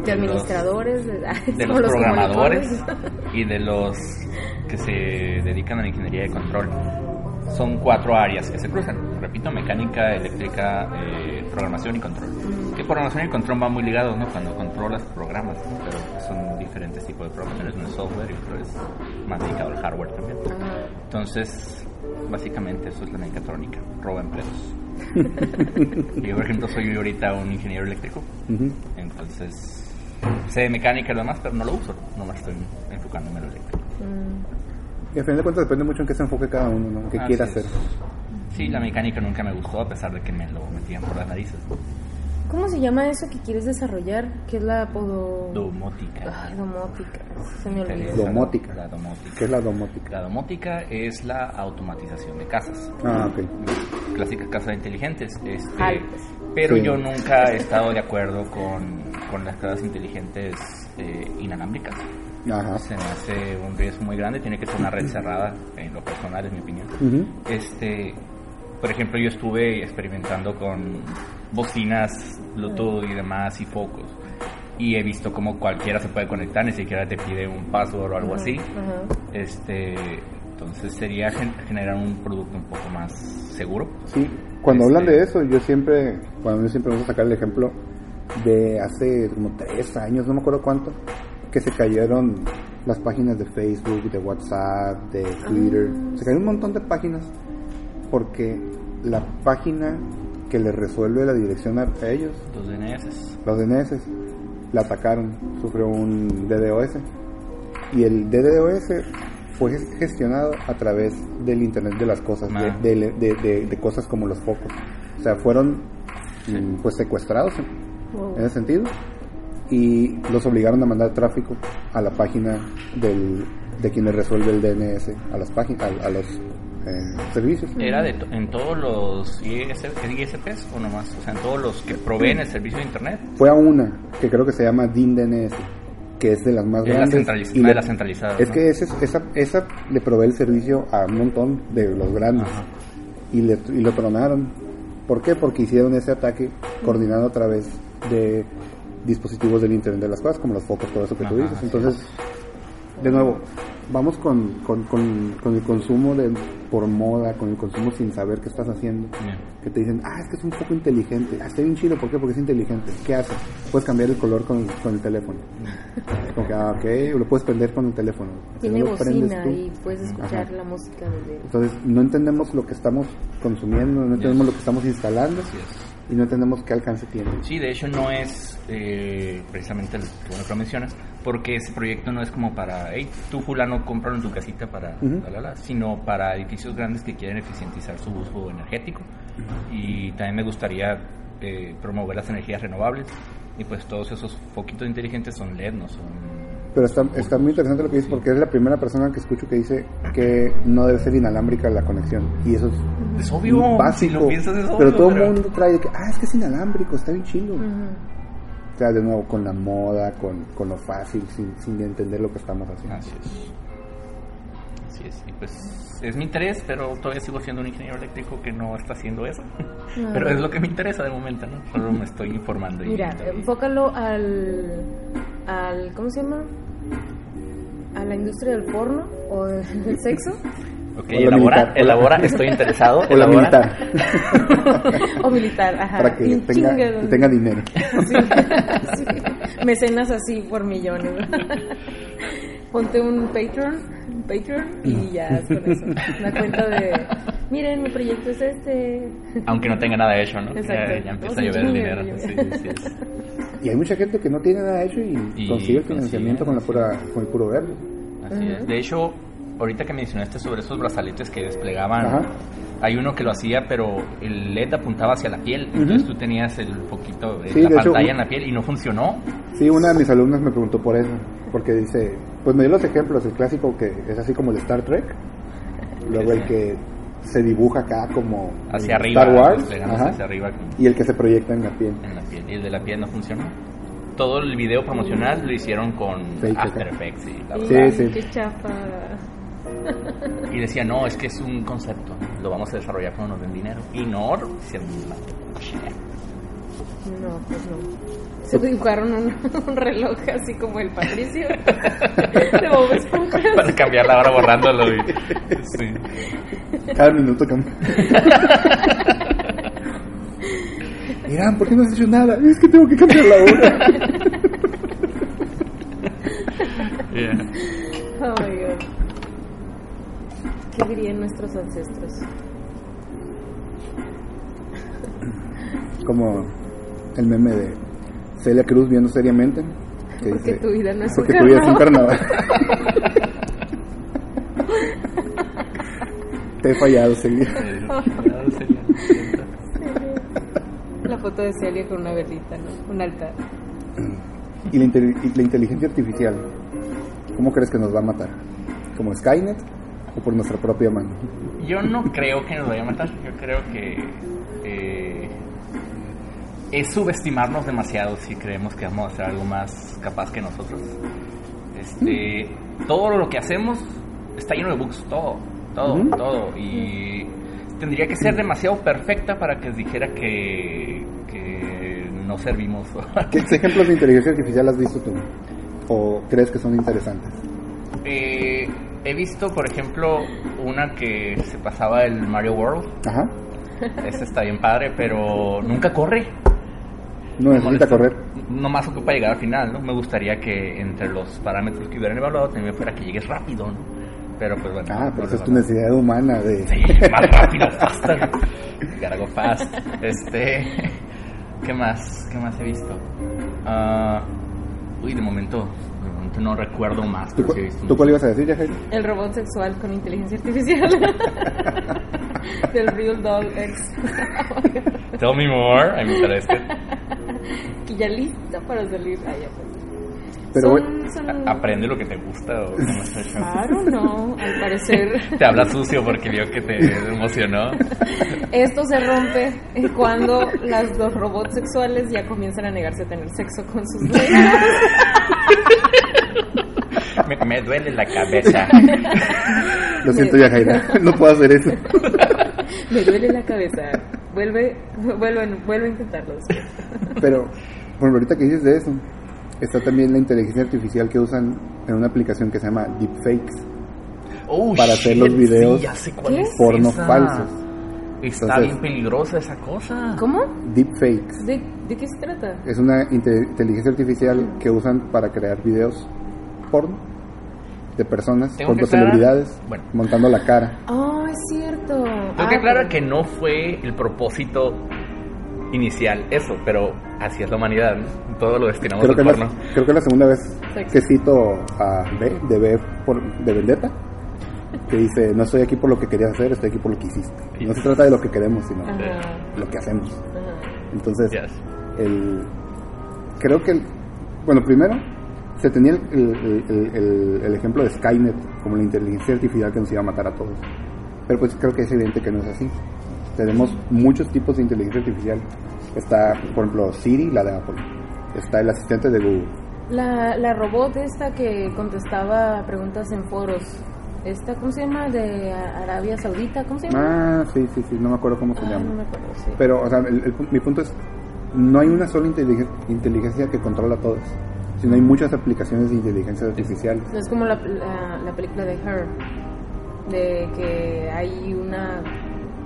De administradores, de, de como los programadores comunicadores. y de los que se dedican a la ingeniería de control. Son cuatro áreas que se cruzan. Repito, mecánica, eléctrica, eh, programación y control. Que programación y control van muy ligados, ¿no? Cuando controlas programas, pero son diferentes tipos de programaciones. Uno es software y otro es más dedicado al hardware también. Ajá. Entonces, básicamente eso es la mecatrónica, roba empleos. yo, por ejemplo, soy ahorita un ingeniero eléctrico, Ujú. entonces sé de mecánica y lo demás, pero no lo uso, nomás estoy enfocándome en lo eléctrico. Mm. Y al final de cuentas depende mucho en qué se enfoque cada uno, ¿no? ¿Qué Así quiera es. hacer? Sí, la mecánica nunca me gustó, a pesar de que me lo metían por las narices. ¿Cómo se llama eso que quieres desarrollar? Que es la podo... Domótica. Ay, domótica. Se me Interesa, olvidó. ¿no? Domótica. La domótica. ¿Qué es la domótica? La domótica es la automatización de casas. Ah, ok. Clásicas casas inteligentes. Este, Alpes. Pero Sí. yo nunca he estado de acuerdo con, con las cajas inteligentes eh, inalámbricas. Ajá. Se me hace un riesgo muy grande, tiene que ser una red cerrada, en lo personal, en mi opinión. Ujú. Este, por ejemplo, yo estuve experimentando con bocinas, Bluetooth y demás y focos. Y he visto como cualquiera se puede conectar, ni siquiera te pide un password o algo así. Ajá. Este, entonces sería gen- generar un producto un poco más seguro. Sí, cuando Este- hablan de eso, yo siempre, cuando yo siempre vamos a sacar el ejemplo de hace como tres años, no me acuerdo cuánto, que se cayeron las páginas de Facebook, de WhatsApp, de Twitter, se cayeron un montón de páginas porque la página que les resuelve la dirección a a ellos, Los DNS. los DNS, la atacaron, sufrió un DDoS y el DDoS fue ges- gestionado a través del Internet de las cosas, de, Ah. de- de- de- de cosas como los focos. O sea, fueron mm, pues secuestrados en, Wow. en ese sentido y los obligaron a mandar tráfico a la página del, de quien le resuelve el DNS a las páginas, a, a los eh, servicios. ¿Era de to- en todos los E IS- ISPs o nomás? O sea, en todos los que proveen el servicio de Internet. Fue a una que creo que se llama DIN DNS, que es de las más Es la grandes. centraliz- y una de le- las centralizadas, Es ¿no? que ese- esa, esa le provee el servicio a un montón de los grandes. Ajá. Y, le, y lo tronaron. ¿Por qué? Porque hicieron ese ataque coordinado a través de dispositivos del Internet de las cosas, como los focos, todo eso que tú Ajá, dices. sí. Entonces, de nuevo, vamos con, con, con, con el consumo de, por moda, con el consumo sin saber qué estás haciendo Bien. que te dicen, ah, es que es un poco inteligente, ah, está bien chido, ¿por qué? Porque es inteligente, ¿qué hace? Puedes cambiar el color con, con el teléfono. Como que, ah, ok, o lo puedes prender con el teléfono. Tiene Lo prendes bocina tú. y puedes escuchar Ajá. la música desde... Entonces, no entendemos lo que estamos consumiendo, no entendemos lo que estamos instalando Así es. y no entendemos qué alcance tiene. Sí, de hecho no es eh, precisamente el que bueno que lo mencionas, porque ese proyecto no es como para, hey, tú fulano, cómpralo en tu casita para, Ujú. la, la, la", sino para edificios grandes que quieren eficientizar su uso energético. Y también me gustaría eh, promover las energías renovables. Y pues todos esos foquitos inteligentes son LED, no son... Pero está, está muy interesante lo que dices porque es la primera persona que escucho que dice que no debe ser inalámbrica la conexión. Y eso es Es obvio, básico. si lo piensas es obvio. pero todo el mundo trae de que, ah, es que es inalámbrico, está bien chido. O sea, de nuevo, con la moda, con, con lo fácil, sin, sin entender lo que estamos haciendo. Así es. Así es. Y pues es mi interés, pero todavía sigo siendo un ingeniero eléctrico que no está haciendo eso. Pero es lo que me interesa de momento, ¿no? Solo me estoy informando. y- Mira, enfócalo al, al... ¿Cómo se llama? A la industria del porno o del sexo Ok, O la elabora, militar. elabora, estoy interesado. O la elabora. militar, o militar, ajá. para que Y tenga, chingas. que tenga dinero. Sí, sí. Mecenas así por millones. Ponte un Patreon, un Patreon y ya es con eso. Una cuenta de, miren, mi proyecto es este. Aunque no tenga nada hecho, ¿no? Exacto. Ya, ya empieza a Sí, llover el sí, dinero. sí, Sí, sí, sí. Y hay mucha gente que no tiene nada hecho y, Y consigue el consigue, financiamiento con, la pura, con el puro verbo. Así es. De hecho, ahorita que mencionaste sobre esos brazaletes que desplegaban, Ajá. hay uno que lo hacía, pero el LED apuntaba hacia la piel. Entonces tú tenías el poquito, eh, Sí, la de hecho, pantalla un- en la piel y no funcionó. Sí, una de mis alumnas me preguntó por eso, porque dice, pues me dio los ejemplos, el clásico que es así como el Star Trek, luego el que se dibuja acá como el Hacia arriba. Star Wars, desplegándose ajá, hacia arriba con- y el que se proyecta en la piel. en la piel. Y el de la piel no funcionó. Todo el video promocional lo hicieron con Fake, After ajá. Effects y la Y, verdad. Sí, sí. Qué chafa. Y decía, no, es que es un concepto. Lo vamos a desarrollar cuando nos den dinero. Y no, lo hicieron una- No, pues no. Se dibujaron un, un reloj así como el Patricio de Bob Esponja. para cambiar la hora borrándolo. Y... Sí. Cada minuto cambia. Irán, ¿por qué no has hecho nada? Es que tengo que cambiar la hora. Yeah. Oh my god. ¿Qué dirían nuestros ancestros? Como el meme de Celia Cruz viendo seriamente. que Porque dice, tu vida no es Porque un tu vida es un carnaval". carnaval. Te he fallado, Celia. La foto de Celia con una velita, ¿no? Un altar. Y la, inte- y la inteligencia artificial, ¿cómo crees que nos va a matar? ¿Como Skynet o por nuestra propia mano? Yo no creo que nos vaya a matar. Yo creo que eh, es subestimarnos demasiado si creemos que vamos a hacer algo más capaz que nosotros. Este, todo lo que hacemos está lleno de bugs, todo, todo, Ujú. todo. Y tendría que ser demasiado perfecta para que dijera que, que no servimos. ¿Qué ejemplos de inteligencia artificial has visto tú? ¿O crees que son interesantes? Eh, he visto, por ejemplo, una que se pasaba el Mario World. Ajá. Ese está bien padre, pero nunca corre. No necesita correr. Nomás ocupa llegar al final, ¿no? Me gustaría que entre los parámetros que hubieran evaluado también fuera que llegues rápido, ¿no? Pero pues bueno. Ah, no pero esa es tu lo necesidad humana de... evaluaron. Sí, más rápido, faster. Gotta go fast. Este. ¿Qué más? ¿Qué más he visto? Ah, uy, de momento, de momento no recuerdo más. ¿Tú, pero cu- sí he visto tú mucho. cuál ibas a decir, Yajaira? El robot sexual con inteligencia artificial. Del Real Doll X. Tell me more, I'm interested. que ya listo para salir. Ah, ya pues. Pero bueno, son, son... A- Aprende lo que te gusta o cómo está hecho. Claro, no, al parecer. Te habla sucio porque vio que te emocionó. Esto se rompe cuando las dos robots sexuales ya comienzan a negarse a tener sexo con sus dueños. Me, me duele la cabeza. lo siento, Yajaira. No puedo hacer eso. Me duele la cabeza. Vuelve, vuelve, vuelve a intentarlo. después. Pero, por ahorita que dices de eso, está también la inteligencia artificial que usan en una aplicación que se llama Deepfakes. Oh, Para hacer los videos sí, ya sé cuál ¿Qué? es Pornos esa. falsos. Está Entonces- bien peligrosa esa cosa. ¿Cómo? Deepfakes ¿De, de qué se trata? es una inte- inteligencia artificial que usan para crear videos porno de personas, Tengo por que ejemplo, aclarar- celebridades, bueno. montando la cara. Oh, es cierto. Ah, Tengo que aclarar que no fue el propósito inicial eso, pero así es la humanidad. ¿no? Todo lo destinamos Creo al que, es la, porno. creo que es la segunda vez Sexo. que cito a B, de B por, de Vendetta, que dice, no estoy aquí por lo que querías hacer, estoy aquí por lo que hiciste. No se trata de lo que queremos, sino Ah. Ajá, lo que hacemos. ajá. Entonces, Yes. el creo que el- bueno primero se tenía el, el- el- el- el ejemplo de Skynet como la inteligencia artificial que nos iba a matar a todos pero pues creo que es evidente que no es así tenemos muchos tipos de inteligencia artificial está por ejemplo Siri la de Apple está el asistente de Google La, la robot esta que contestaba preguntas en foros. Esta, ¿cómo se llama? De Arabia Saudita, ¿cómo se llama? ah sí sí sí no me acuerdo cómo se Ah, no me llama acuerdo, sí. pero o sea el- el pu- mi punto es no hay una sola inteligen- inteligencia que controla a todos sino hay muchas aplicaciones de inteligencia artificial No Pues es como la, la, la película de Her, de que hay una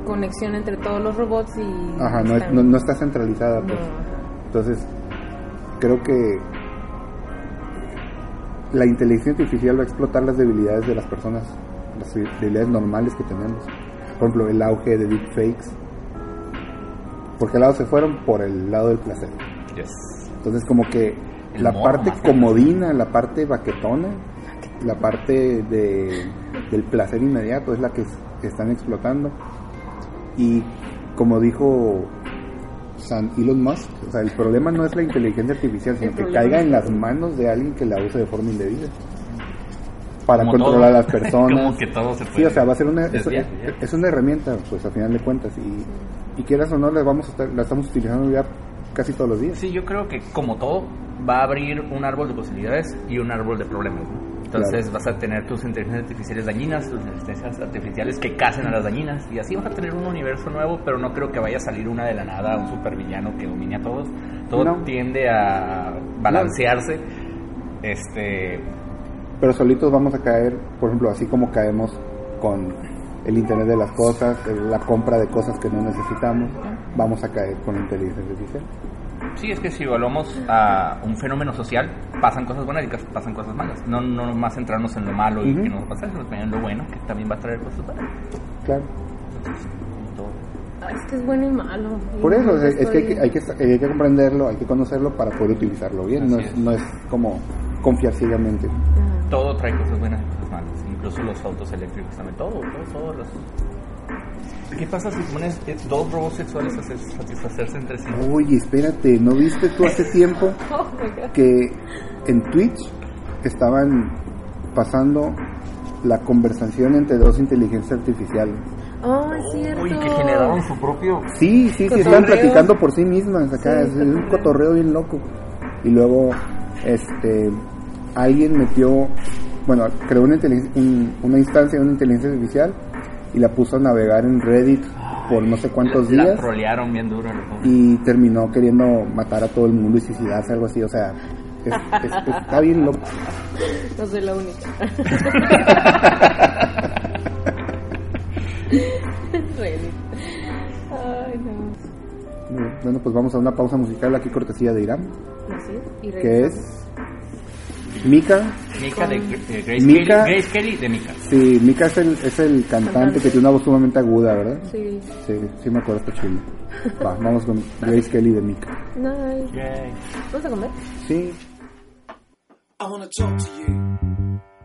conexión entre todos los robots y... Ajá, no, es- están- no, no está centralizada, no, pues. ajá. Entonces, creo que la inteligencia artificial va a explotar las debilidades de las personas, las debilidades normales que tenemos. Por ejemplo, el auge de deepfakes. ¿Por qué lado se fueron? Por el lado del placer. Yes. Entonces, como que El la morbo, parte más. comodina, la parte baquetona, la parte de, del placer inmediato es la que, que están explotando. Y como dijo San Elon Musk, o sea, el problema no es la inteligencia artificial, sino El que problema. caiga en las manos de alguien que la use de forma indebida. Para Como controlar todo. a las personas. Como que todo se puede. Sí, o sea, va a ser una, eh, es, desviar, es- desviar. es una herramienta, pues, a final de cuentas. Y, y quieras o no, la, vamos a estar- la estamos utilizando ya casi todos los días. Sí, yo creo que como todo, va a abrir un árbol de posibilidades y un árbol de problemas. ¿no? Entonces vas a tener tus inteligencias artificiales dañinas, tus inteligencias artificiales que casen a las dañinas y así vas a tener un universo nuevo, pero no creo que vaya a salir una de la nada, un supervillano que domine a todos. Todo No. tiende a balancearse. Este, pero solitos vamos a caer, por ejemplo, así como caemos con el Internet de las Cosas, el- la compra de cosas que no necesitamos, vamos a caer con la inteligencia artificial. sí, es que si evaluamos a un fenómeno social, pasan cosas buenas y cas- pasan cosas malas. No, no nomás centrarnos en lo malo y Ujú. que no va a pasar, sino también en lo bueno, que también va a traer cosas buenas. Claro. Ay, Ah, es que es bueno y malo. Y Por eso, no o sea, es que hay que, estoy- hay que sa- hay que comprenderlo, hay que conocerlo para poder utilizarlo bien, no Así es, es. no es como confiar ciegamente. Ajá. Todo trae cosas buenas y cosas malas. Incluso los autos eléctricos también. Todo, todo, todos los... ¿Qué pasa si pones eh, dos robots sexuales a se- satisfacerse entre sí? Oye, espérate, ¿no viste tú hace tiempo Oh, my God. que en Twitch estaban pasando la conversación entre dos inteligencias artificiales? Oh, es cierto. Uy, que generaron su propio. Sí, sí, sí, Cotorreo. están platicando por sí mismas acá, es, Sí, es un cotorreo. cotorreo bien loco. Y luego, este, alguien metió, bueno, creó una, inteligen- un- una instancia de una inteligencia artificial y la puso a navegar en Reddit por no sé cuántos la, días La trolearon bien duro. la pobre. y terminó queriendo matar a todo el mundo y suicidarse, algo así, o sea, es- es- está bien loco. No soy la única. Reddit. Ay, no. Bueno, pues vamos a una pausa musical aquí cortesía de Irán, Así es. Y que regresamos. es Mika Mika de, de Grace, Mika- Kelly, Grace Kelly de Mika. Sí, Mika es el, es el cantante, Cantante. que tiene una voz sumamente aguda, ¿verdad? Sí. Sí, sí me acuerdo, está chido. Va, vamos con Grace Kelly de Mika. Nice. ¿Vamos a comer? Sí. I want to talk to you.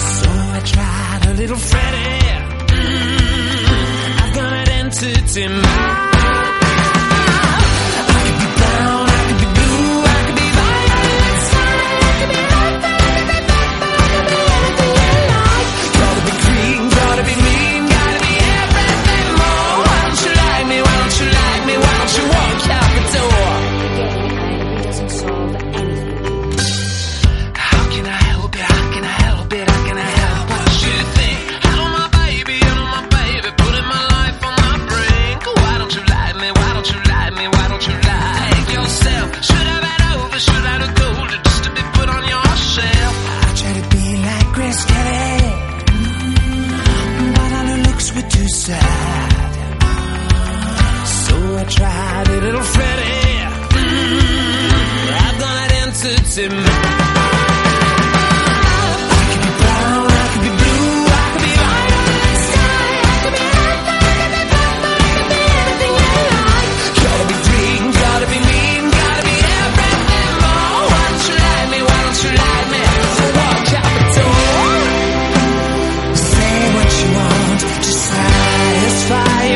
So I tried a little Freddy. Mm, I've got an entity mind. I could be brown, I could be blue, I could be violet. Gotta be green, gotta be mean, gotta be everything more. Why don't you like me? Why don't you like me? Why don't you walk out the door? How can I help it? How can I help it? How can I help what you think? Out on my baby, out on my baby, putting my life on my brink. Why don't you like me? Why don't you like me? Why don't you like yourself? Should I bet over? Should I have golden just to be put on your shelf? I try to be like Grace Kelly, Mm-hmm. but all her looks were too sad. So I tried a little Freddy. Mm-hmm. I've done it into my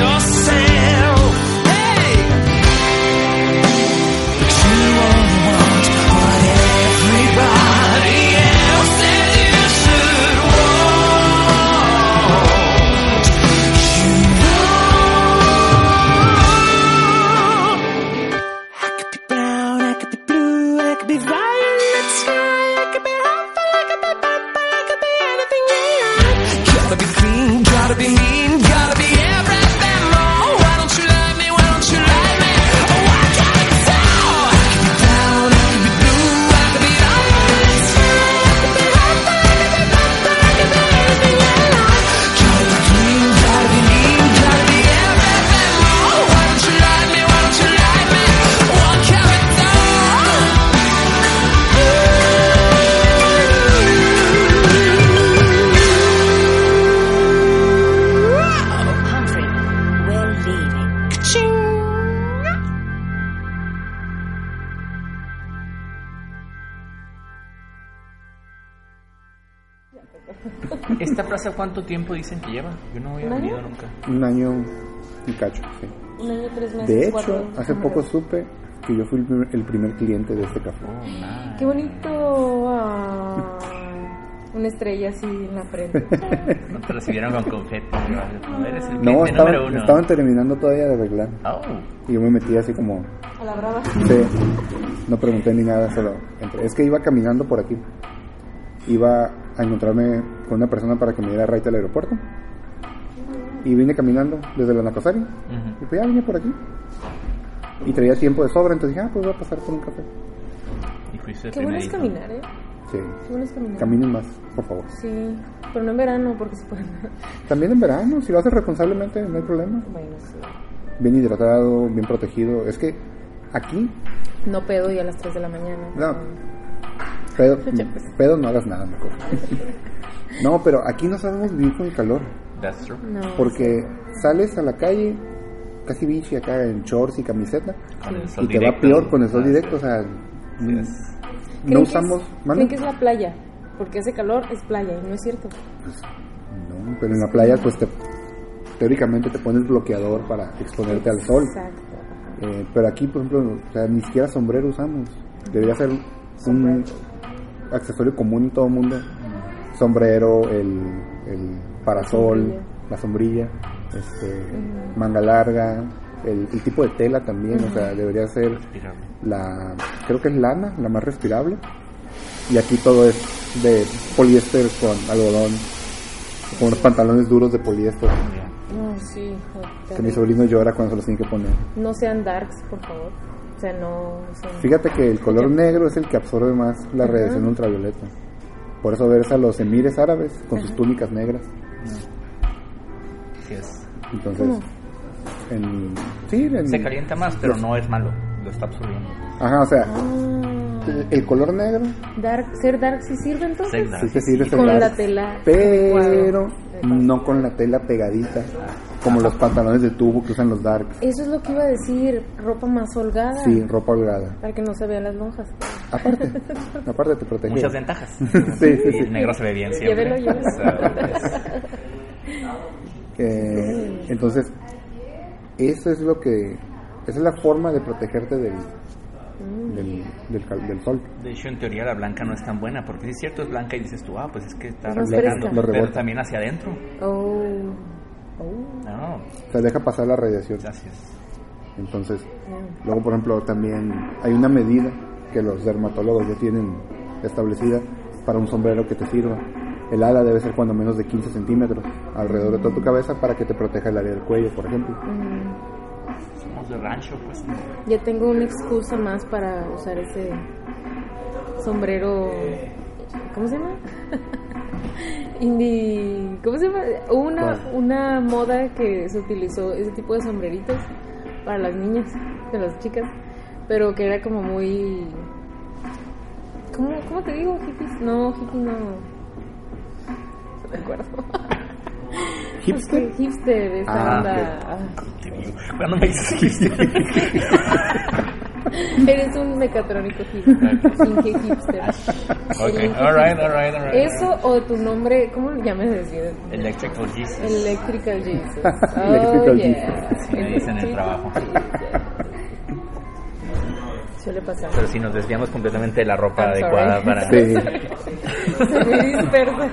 Yourself, hey, but you only want what everybody else said you should want. You know, I could be brown, I could be blue, I could be violet sky, I could be hopeful, I could be purple, I could be anything you like. Gotta be clean, gotta be mean, gotta be everything more. Why don't you like me? Why don't you like me? Oh, I can't tell. Humphrey, we're leaving. ¿Esta frase cuánto tiempo dicen que lleva? Yo no había ¿Nadie? venido nunca. Un año y cacho, sí. Un año, tres meses, De hecho, cuatro. hace Ajá. poco supe que yo fui el primer, el primer cliente de este café. Oh, ¡Qué bonito! Ah, una estrella así en la frente. No te recibieron con confeti. No, eres el No, cliente estaban, número uno. estaban terminando todavía de arreglar. Oh, Y yo me metí así como, A la brava. Sí, no pregunté ni nada, solo entré. Es que iba caminando por aquí. Iba a encontrarme con una persona para que me diera right al aeropuerto. Y vine caminando desde la Nacosari. Y pues ya vine por aquí. Y traía tiempo de sobra, entonces dije, ah, pues voy a pasar por un café. y fuiste Qué bueno es primerito. caminar, ¿eh? Sí. Qué bueno es caminar. Caminen más, por favor. Sí, pero no en verano porque se puede. También en verano, si lo haces responsablemente, no hay problema. Bueno, sí. Bien hidratado, bien protegido. Es que aquí, No pedo y a las 3 de la mañana. No. pedo, pedo no hagas nada, mejor. No, pero aquí no sabemos vivir con el calor. That's true. No. Porque sales a la calle casi bichi acá en shorts y camiseta Con el sol y te va directo. Ah, peor con el sol directo, o sea, mm, es. no ¿Creen que es- usamos, ¿mande? Creen que es la playa. Porque hace calor, es playa. Y no es cierto. No, pero en la playa pues te- teóricamente te pones bloqueador para exponerte al sol. Exacto. Eh, pero aquí, por ejemplo, o sea, ni siquiera sombrero usamos. Debería ser un accesorio común en todo el mundo. Sombrero, el, el parasol, Sombrilla. la sombrilla, este, manga larga, el, el tipo de tela también. O sea, debería ser la, creo que es lana, la más respirable. Y aquí todo es de poliéster con algodón, con unos pantalones duros de poliéster. No, sí. Que mi sobrino llora cuando se los tiene que poner. No sean darks, por favor. O sea, no. sean- Fíjate que el color negro es el que absorbe más la radiación ultravioleta. Por eso ves a los emires árabes con sus túnicas negras. Sí es. Entonces, en, sí, en- Se calienta más, pero no es malo. Lo está absorbiendo. Ajá, o sea, Ah, el, el color negro dark, ser dark sí sirve entonces. Ser dark. sí que sirve Con celular, la tela. pero Wow. no con la tela pegadita, como los pantalones de tubo que usan los darks. Eso es lo que iba a decir. Ropa más holgada. Sí, ropa holgada. Para que no se vean las lonjas. Aparte, aparte te protege. Muchas ventajas. Sí, sí, Y sí. el negro se ve bien siempre. Llévelo, llévelo. O sea, es- Eh, entonces, eso es lo que. Esa es la forma de protegerte del, del, del, cal- del sol. De hecho, en teoría la blanca no es tan buena, porque si es cierto, es blanca y dices tú, ah, pues es que está Es más reflejando, fresca. Lo pero rebota. también hacia adentro. Oh. No, O sea, deja pasar la radiación. gracias. Entonces, luego, por ejemplo, también hay una medida que los dermatólogos ya tienen establecida para un sombrero que te sirva. El ala debe ser cuando menos de 15 centímetros alrededor de toda tu cabeza para que te proteja el área del cuello, por ejemplo. Somos de rancho, pues. Ya tengo una excusa más para usar ese sombrero. ¿Cómo se llama? Indie. ¿Cómo se llama? Hubo Una, ¿Cuál? una moda que se utilizó ese tipo de sombreritos para las niñas, de las chicas, pero que era como muy. ¿Cómo, cómo te digo, hippies? No, hippies no. No recuerdo. ¿Hipster? Ok, hipster, esa Ah, onda. Cuando me dices Eres un mecatrónico hipster. Finge hipster. Ok, alright, alright, alright. Eso o tu nombre, ¿cómo ya me desvío? Electrical Jesus. Electrical Jesus. Oh, Electrical Jesus. Me dicen en el trabajo. Suele pasar. Pero si nos desviamos completamente de la ropa I'm sorry. adecuada para. Sí. Se me dispersa.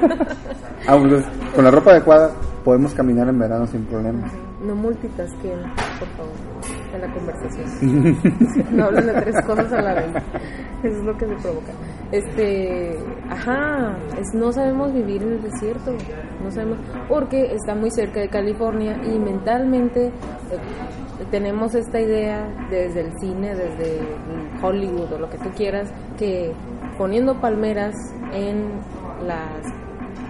Ah, pues, con la ropa adecuada podemos caminar en verano sin problemas. No multitasquen, por favor, en la conversación. no hablen de tres cosas a la vez. Eso es lo que se provoca. Este, ajá, es, no sabemos vivir en el desierto. No sabemos, porque está muy cerca de California y mentalmente eh, tenemos esta idea desde el cine, desde Hollywood o lo que tú quieras, que poniendo palmeras en las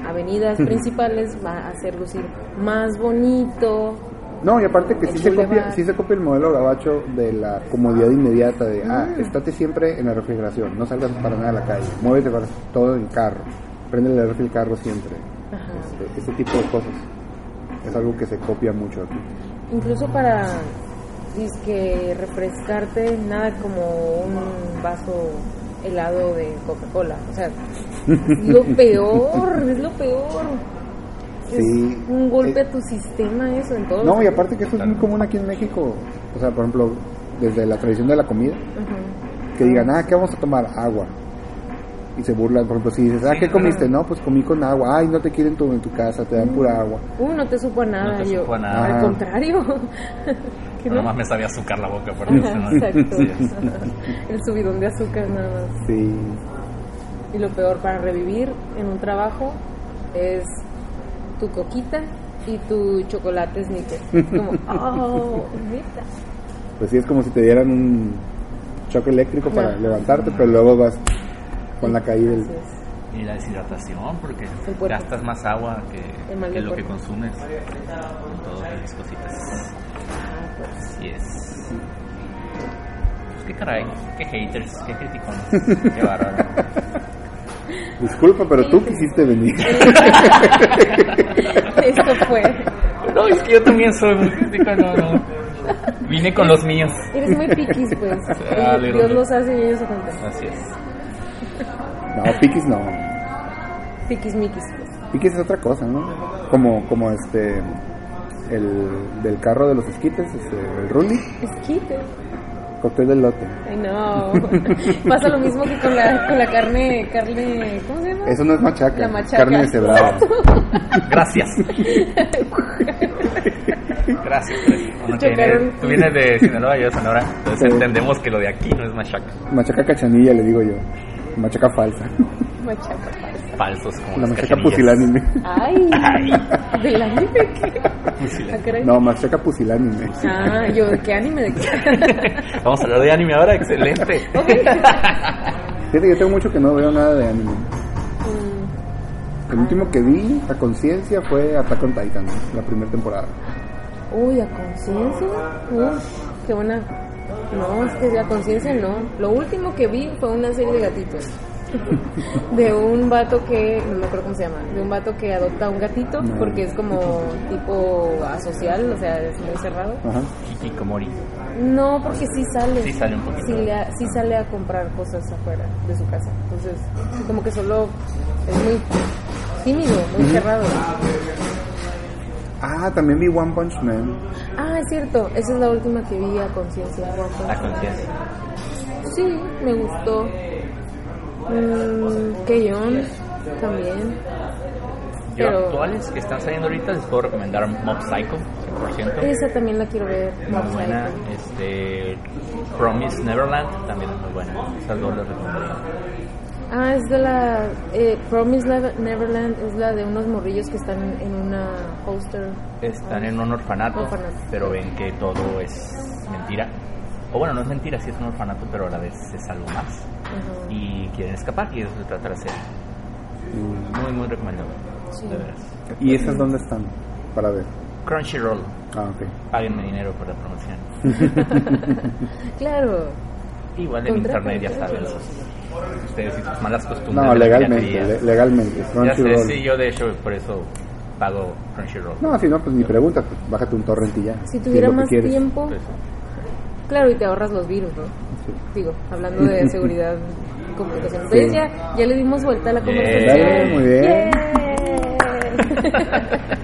avenidas principales va a hacer lucir más bonito. No, y aparte que El sí se, copia, boulevard. sí se copia el modelo gabacho de la comodidad inmediata de, ah, estate siempre en la refrigeración, no salgas para nada a la calle, muévete para todo en carro, prende el refri el carro siempre, Ajá. Este, ese tipo de cosas. Es algo que se copia mucho aquí. Incluso para que refrescarte, nada como un vaso helado de Coca-Cola. O sea, es lo peor, es lo peor. Es Sí. un golpe Eh, a tu sistema eso en todo. No, y aparte que eso es muy común aquí en México, o sea, por ejemplo, desde la tradición de la comida, que digan, ah, ¿qué vamos a tomar? Agua. Y se burlan, por ejemplo, si dices, ah, ¿qué comiste? No, pues comí con agua, ay, no te quieren tu, en tu casa, te dan pura agua. Uy, no te supo a nada. No te yo, supo a nada. Al Ajá. contrario. Que Pero no- nomás me sabía azúcar la boca, por eso. Ajá, ¿no? Exacto. Sí, es. El subidón de azúcar nada más. Sí. Y lo peor para revivir en un trabajo es tu coquita y tu chocolate sneaker. Como, oh, neta. Pues sí, es como si te dieran un choque eléctrico para Ajá. levantarte, pero luego vas con la caída del... Así es. Y la deshidratación, porque El cuerpo. gastas más agua que, El mal que del lo que cuerpo. consumes. Con todas esas cositas. Así es. Pues qué caray, qué haters, qué criticones, qué bárbaro. Disculpa, pero tú quisiste venir. Esto fue. No, es que yo también soy muy crítico, no, no. Vine con los míos. Eres muy piquis, pues. Ah, Dios little bit. los hace y ellos se juntan. Así es. No, piquis no. Piquis miquis, pues. Piquis es otra cosa, ¿no? Como, como este. El del carro de los esquites, este, el Ruli, Esquite. cóctel de lote. Ay, no. Pasa lo mismo que con la, con la carne, carne, ¿cómo se llama? Eso no es machaca, La machaca. carne deshebrada. Gracias. Gracias. pues. Bueno, tú, vienes, tú vienes de Sinaloa, yo de Sonora. Entonces Sí. entendemos que lo de aquí no es machaca. Machaca cachanilla, le digo yo. Machaca falsa. Machaca falsa. Falsos como La las machaca cachanillas. pusilánime. Ay. ¿De la anime qué? Ah, caray. No, machaca pusilánime. Ah, yo, ¿de qué anime? ¿De qué? Vamos a hablar de anime ahora, excelente. Fíjate, que yo tengo mucho que no veo nada de anime. El último que vi a conciencia fue Attack on Titan, la primera temporada. Uy, a conciencia. Uf, qué buena. No, es que la conciencia no. Lo último que vi fue una serie de gatitos. De un vato que, no me acuerdo cómo se llama, de un vato que adopta un gatito No. porque es como tipo asocial, o sea, es muy cerrado. Ajá. Hikikomori. No, porque sí sale. Sí sale un poquito. Sí, le a- sí sale a comprar cosas afuera de su casa. Entonces, como que solo es muy tímido, muy cerrado. Ah, también vi One Punch Man. Ah, es cierto, esa es la última que vi a conciencia. One Punch La Man. conciencia. Sí, me gustó. Mm, Keyon también. Yo Pero- actuales que están saliendo ahorita les puedo recomendar Mob Psycho, 100%. Esa también la quiero ver. Muy buena. Este, Promise Neverland también es muy buena. Esas dos las recomendaría. Ah, es de la. Eh, Promise Never- Neverland es la de unos morrillos que están en una poster. Están en un orfanato, Orfanato. pero ven que todo es mentira. O bueno, no es mentira, sí es un orfanato, pero a la vez es algo más. Ajá. Y quieren escapar y eso se trata la serie. Muy, muy recomendable. De veras. ¿Y esas dónde están? Para ver. Crunchyroll. Ah, ok. Páguenme dinero por la promoción. Claro. Igual en Contrata, internet ya saben los- ustedes y sus malas costumbres. No, de la legalmente, piratería. le- legalmente. Ya sé, Crunchyroll. sí, yo de hecho por eso pago Crunchyroll. No, si no, pues ni pregunta, pues, bájate un torrent y ya. Si es tuviera lo que más quieres. tiempo. Pues, Claro, y te ahorras los virus, ¿no? Digo, hablando de seguridad y comunicación. Entonces ya, ya le dimos vuelta a la conversación. Dale, muy bien. Yeah.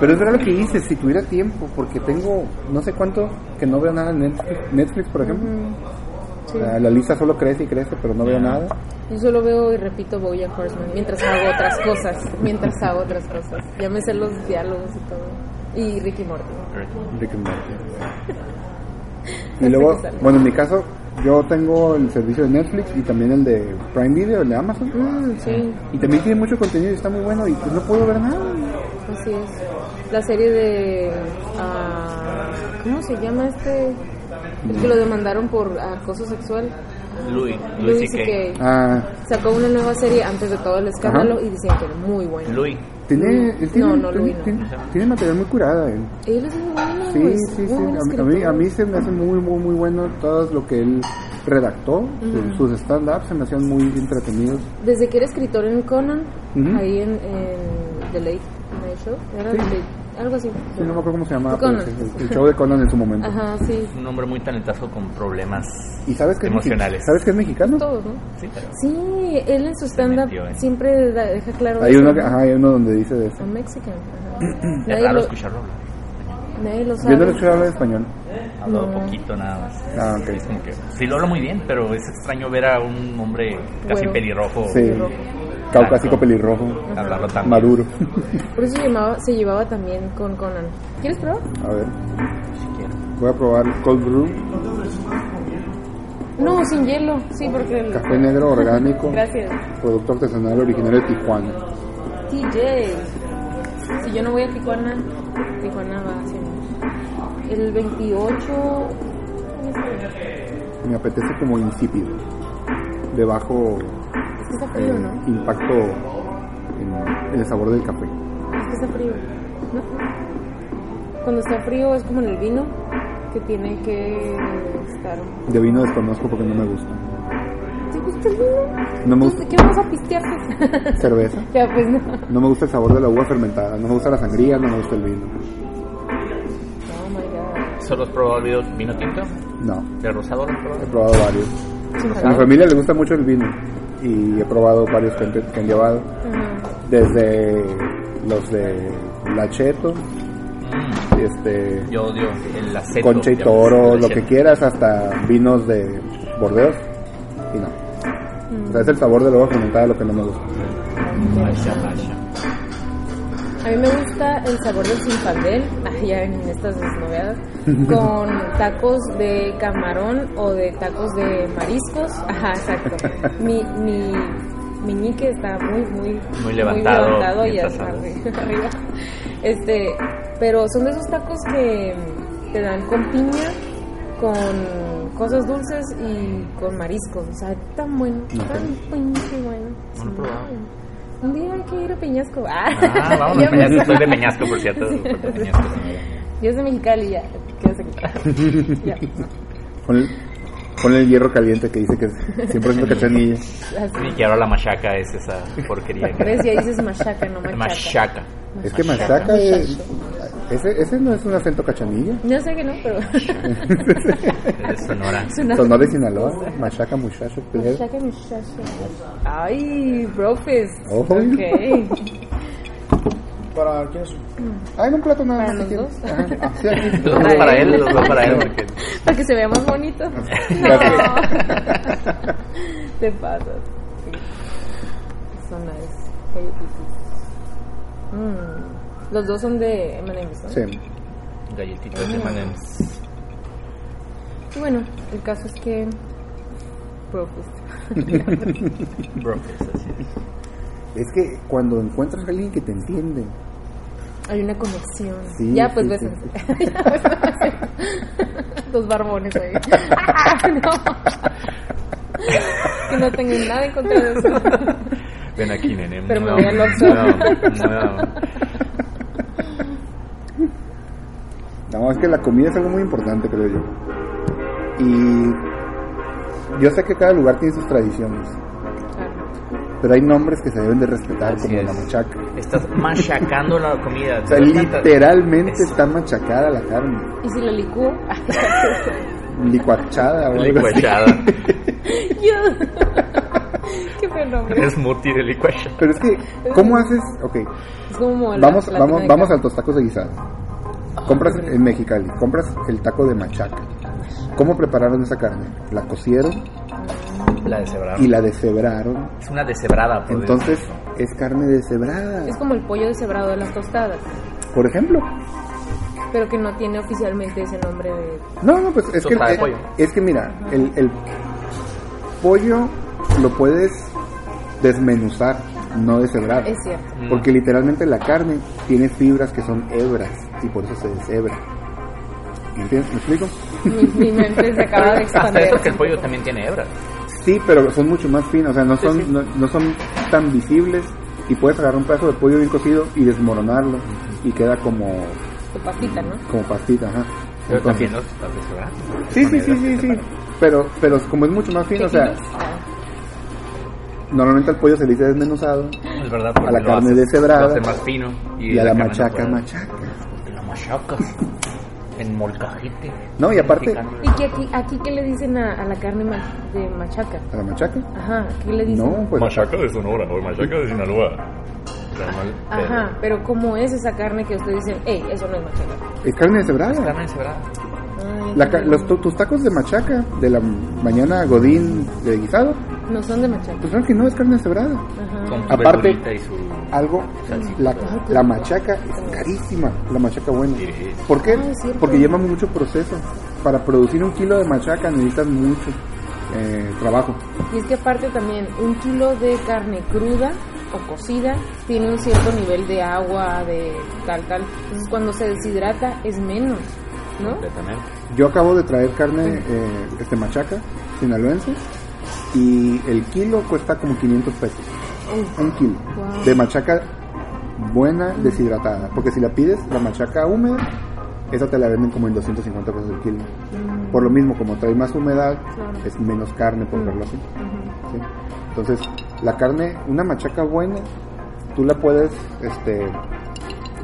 Pero es verdad lo que hice, si tuviera tiempo, porque tengo no sé cuánto que no veo nada en Netflix, Netflix, por ejemplo. Ah, Sí. La, la lista solo crece y crece, pero no veo nada. Yo solo veo y repito Bojack Horseman mientras hago otras cosas, mientras hago otras cosas. Ya me sé los diálogos y todo. Y Ricky Morty. Rick and Morty. No Y sé luego, qué sale. bueno, en mi caso, yo tengo el servicio de Netflix y también el de Prime Video, el de Amazon. Mm, sí, Y también tiene mucho contenido y está muy bueno y pues no puedo ver nada. así es. La serie de... ah, ¿Cómo se llama este? El que lo demandaron por acoso sexual. Louis, Louis Louis C.K. C.K. Ah, Sacó una nueva serie antes de todo el escándalo Ajá. y decían que era muy buena. Louis, tiene, él tiene, No, no, tiene, Louis, no. tiene- tiene material muy curada él. Él es muy bueno. Sí, es sí, sí. muy buen A mí, a, mí, escritor. a mí se me hace muy, muy, muy bueno todo lo que él redactó. Sus- Sus stand-ups se me hacían muy entretenidos. Desde que era escritor en Conan, Ujú. ahí en, en The Late Night Show, era Sí. The Late- algo así. Sí, no me acuerdo cómo se llamaba, pero Conan. sí, el, el show de Conan en su momento. Ajá, sí, un hombre muy talentoso con problemas. ¿Y sabes que, es mexi- Emocionales. ¿sabes que es mexicano? todos, ¿no? Sí, pero Sí, él en su stand-up metió, eh. siempre da- deja claro Hay eso, uno, ¿no? que- ajá, hay uno donde dice de eso. I'm Mexican. ajá. es nadie, raro lo, escucharlo hablar. nadie lo sabe. Yo no le escuché hablar español. Ha Hablado poquito nada más. Ah, ok. Es como que sí lo habla muy bien, pero es extraño ver a un hombre casi Güero. pelirrojo Sí. Pelirrojo. Caucásico Blanco. pelirrojo. hablarlo tan Maduro. Por eso llevaba- se llevaba también con Conan. ¿Quieres probar? A ver. Voy a probar cold brew, No, sin hielo, sí, porque... el- café negro orgánico, Gracias. producto artesanal originario de Tijuana. TJ. Si yo no voy a Tijuana, Tijuana va haciendo. El 28. Me apetece como insípido, de bajo Es que está eh, frío, ¿no? impacto en, en el sabor del café. Es que está frío. ¿No? Cuando está frío es como en el vino, que tiene que estar. De vino desconozco porque no me gusta. Sí, gusta el vino. No me Entonces, gusta ¿qué vamos a pistearte? cerveza. ya, pues no. No me gusta el sabor de la uva fermentada. No me gusta la sangría. No me gusta el vino. Oh my god. ¿Solo has probado el vino, vino tinto? No. ¿De rosado lo has He probado? probado varios. A Ah, mi familia le gusta mucho el vino. Y he probado varios que han, que han llevado. Desde los de Lacheto. Mm, Este, Yo odio el aceto. concha y ya, toro, el lo aceto. que quieras, hasta vinos de Bordeos. Y no. Mm. O sea, es el sabor de la uva fermentada lo que no me gusta. Pasha, pasha. A mí me gusta el sabor del sinfandel, allá en estas desnoveadas, con tacos de camarón o de tacos de mariscos. Ajá, exacto. Mi, mi, mi ñique está muy, muy, Muy levantado, levantado y bien hasta tasado. arri- arriba. Este, pero son de esos tacos que te dan con piña, con cosas dulces y con mariscos. O sea, tan bueno, tan eh. pinche bueno. No lo he probado. Un día hay que ir a Peñasco. Ah, Ah, vamos a ya me Peñasco. Soy de acordé. Peñasco, por cierto. Sí. pues, soy de Peñasco, señora. Yo soy de Mexicali, ya. Quédate aquí. ya. Ponle, ponle el hierro caliente que dice que es 100% cachanilla. Así. Y que ahora la machaca es esa porquería. que- ¿Ves? Ya dices machaca, no machaca. Machaca. Es que machaca es- Ese, ese no es un acento cachanilla. No sé que no, pero. Es de Sonora. Suena- Sonora y Sinaloa. Machaca, muchacho. plebe. Machaca, muchacha. Ay, brofes. Ojo. Ok. ¿Para quién es? Ah, en un plato nada Para más. si los quieres. Ajá. Ah, sí, aquí. Los dos para él, los dos para él. Porque... Para que se vea más bonito. Gracias. No. Te pasas. Sí. Son nice. Hey, Pipis. Mm. Los dos son de M&M's, ¿no? Sí. Galletitas de M&M's. Y bueno, el caso es que... pues, Brofist. Brokers, así es. Es que cuando encuentras a alguien que te entiende, Hay una conexión. Sí, ya, pues sí, bésense. Ya, pues, bésense. Dos barbones ahí. ¡Ah, no! que no tengo nada en contra de eso. Ven aquí, nene. Pero me No, voy al Oxxo. No, no. No, es que la comida es algo muy importante, creo yo. Y yo sé que cada lugar tiene sus tradiciones, pero hay nombres que se deben de respetar, Así como la es. machaca. Estás machacando la comida. O sea, Te das cuenta- literalmente Eso. está machacada la carne, ¿Y si lo licúo? Ah, licuachada o algo así. Licuachada. yo. Qué feo nombre. Es muti de licuachada. Pero es que, ¿cómo haces? Ok, Es como la vamos, la vamos, tina de vamos a carne. los tacos de guisado. Compras en Mexicali, compras el taco de machaca. ¿Cómo prepararon esa carne? La cocieron La deshebrada. y la deshebraron. Es una deshebrada. pues. por Dios. Entonces, es carne deshebrada. Es como el pollo deshebrado de las tostadas, Por ejemplo. pero que no tiene oficialmente ese nombre de... No, no, pues es que, Tostada de eh, pollo. es que mira, el, el pollo lo puedes desmenuzar, no deshebrar. Es cierto. Mm. Porque literalmente la carne tiene fibras que son hebras y por eso se deshebra. ¿Me entiendes? ¿Me explico? Mi, mi mente se acaba de Hasta expandir. eso que el pollo también tiene hebras. Sí, pero son mucho más finas, o sea, no son, No, no son tan visibles y puedes agarrar un pedazo de pollo bien cocido y desmoronarlo y queda como, Tu papita, ¿no? como pastita. Ajá. Pero Entonces- también los las deshebradas. Sí, sí, sí, sí, sí. Pero, pero como es mucho más fino, o sea, Pepinos. Ah. normalmente al pollo se le dice desmenuzado Es verdad. A porque la lo carne haces- deshebrada. Lo hace más fino. y, a la, carne machaca, no puede- machaca. Porque la machaca. En molcajete. No, y aparte- Mexicano. ¿Y que aquí, aquí qué le dicen a, a la carne ma- de machaca? ¿A la machaca? Ajá, ¿qué le dicen? No, pues Machaca de Sonora o machaca de Sinaloa. La mal- Ajá, pero ¿cómo es esa carne que ustedes dicen, hey, eso no es machaca? es carne pero- deshebrada. Carne deshebrada. Ay, La ca- no. los, tu- tus tacos de machaca de la mañana godín de guisado, No son de machaca. pues claro que no es carne deshebrada. Ajá. Con su Aparte- verdurita y su... Algo, la, la machaca es carísima, la machaca buena. ¿Por qué? Ah, es cierto. Porque lleva mucho proceso. Para producir un kilo de machaca necesitas mucho eh, trabajo. Y es que aparte también, un kilo de carne cruda o cocida tiene un cierto nivel de agua, de tal, tal. Entonces cuando se deshidrata es menos, ¿no? Completamente. Yo acabo de traer carne eh, este machaca sinaloense y el kilo cuesta como 500 pesos. Un kilo Wow. de machaca buena deshidratada, porque si la pides la machaca húmeda, esa te la venden como en 250 pesos el kilo. Por lo mismo, como trae más humedad, Claro. es menos carne por verlo así. ¿sí? Entonces, la carne, una machaca buena, tú la puedes este,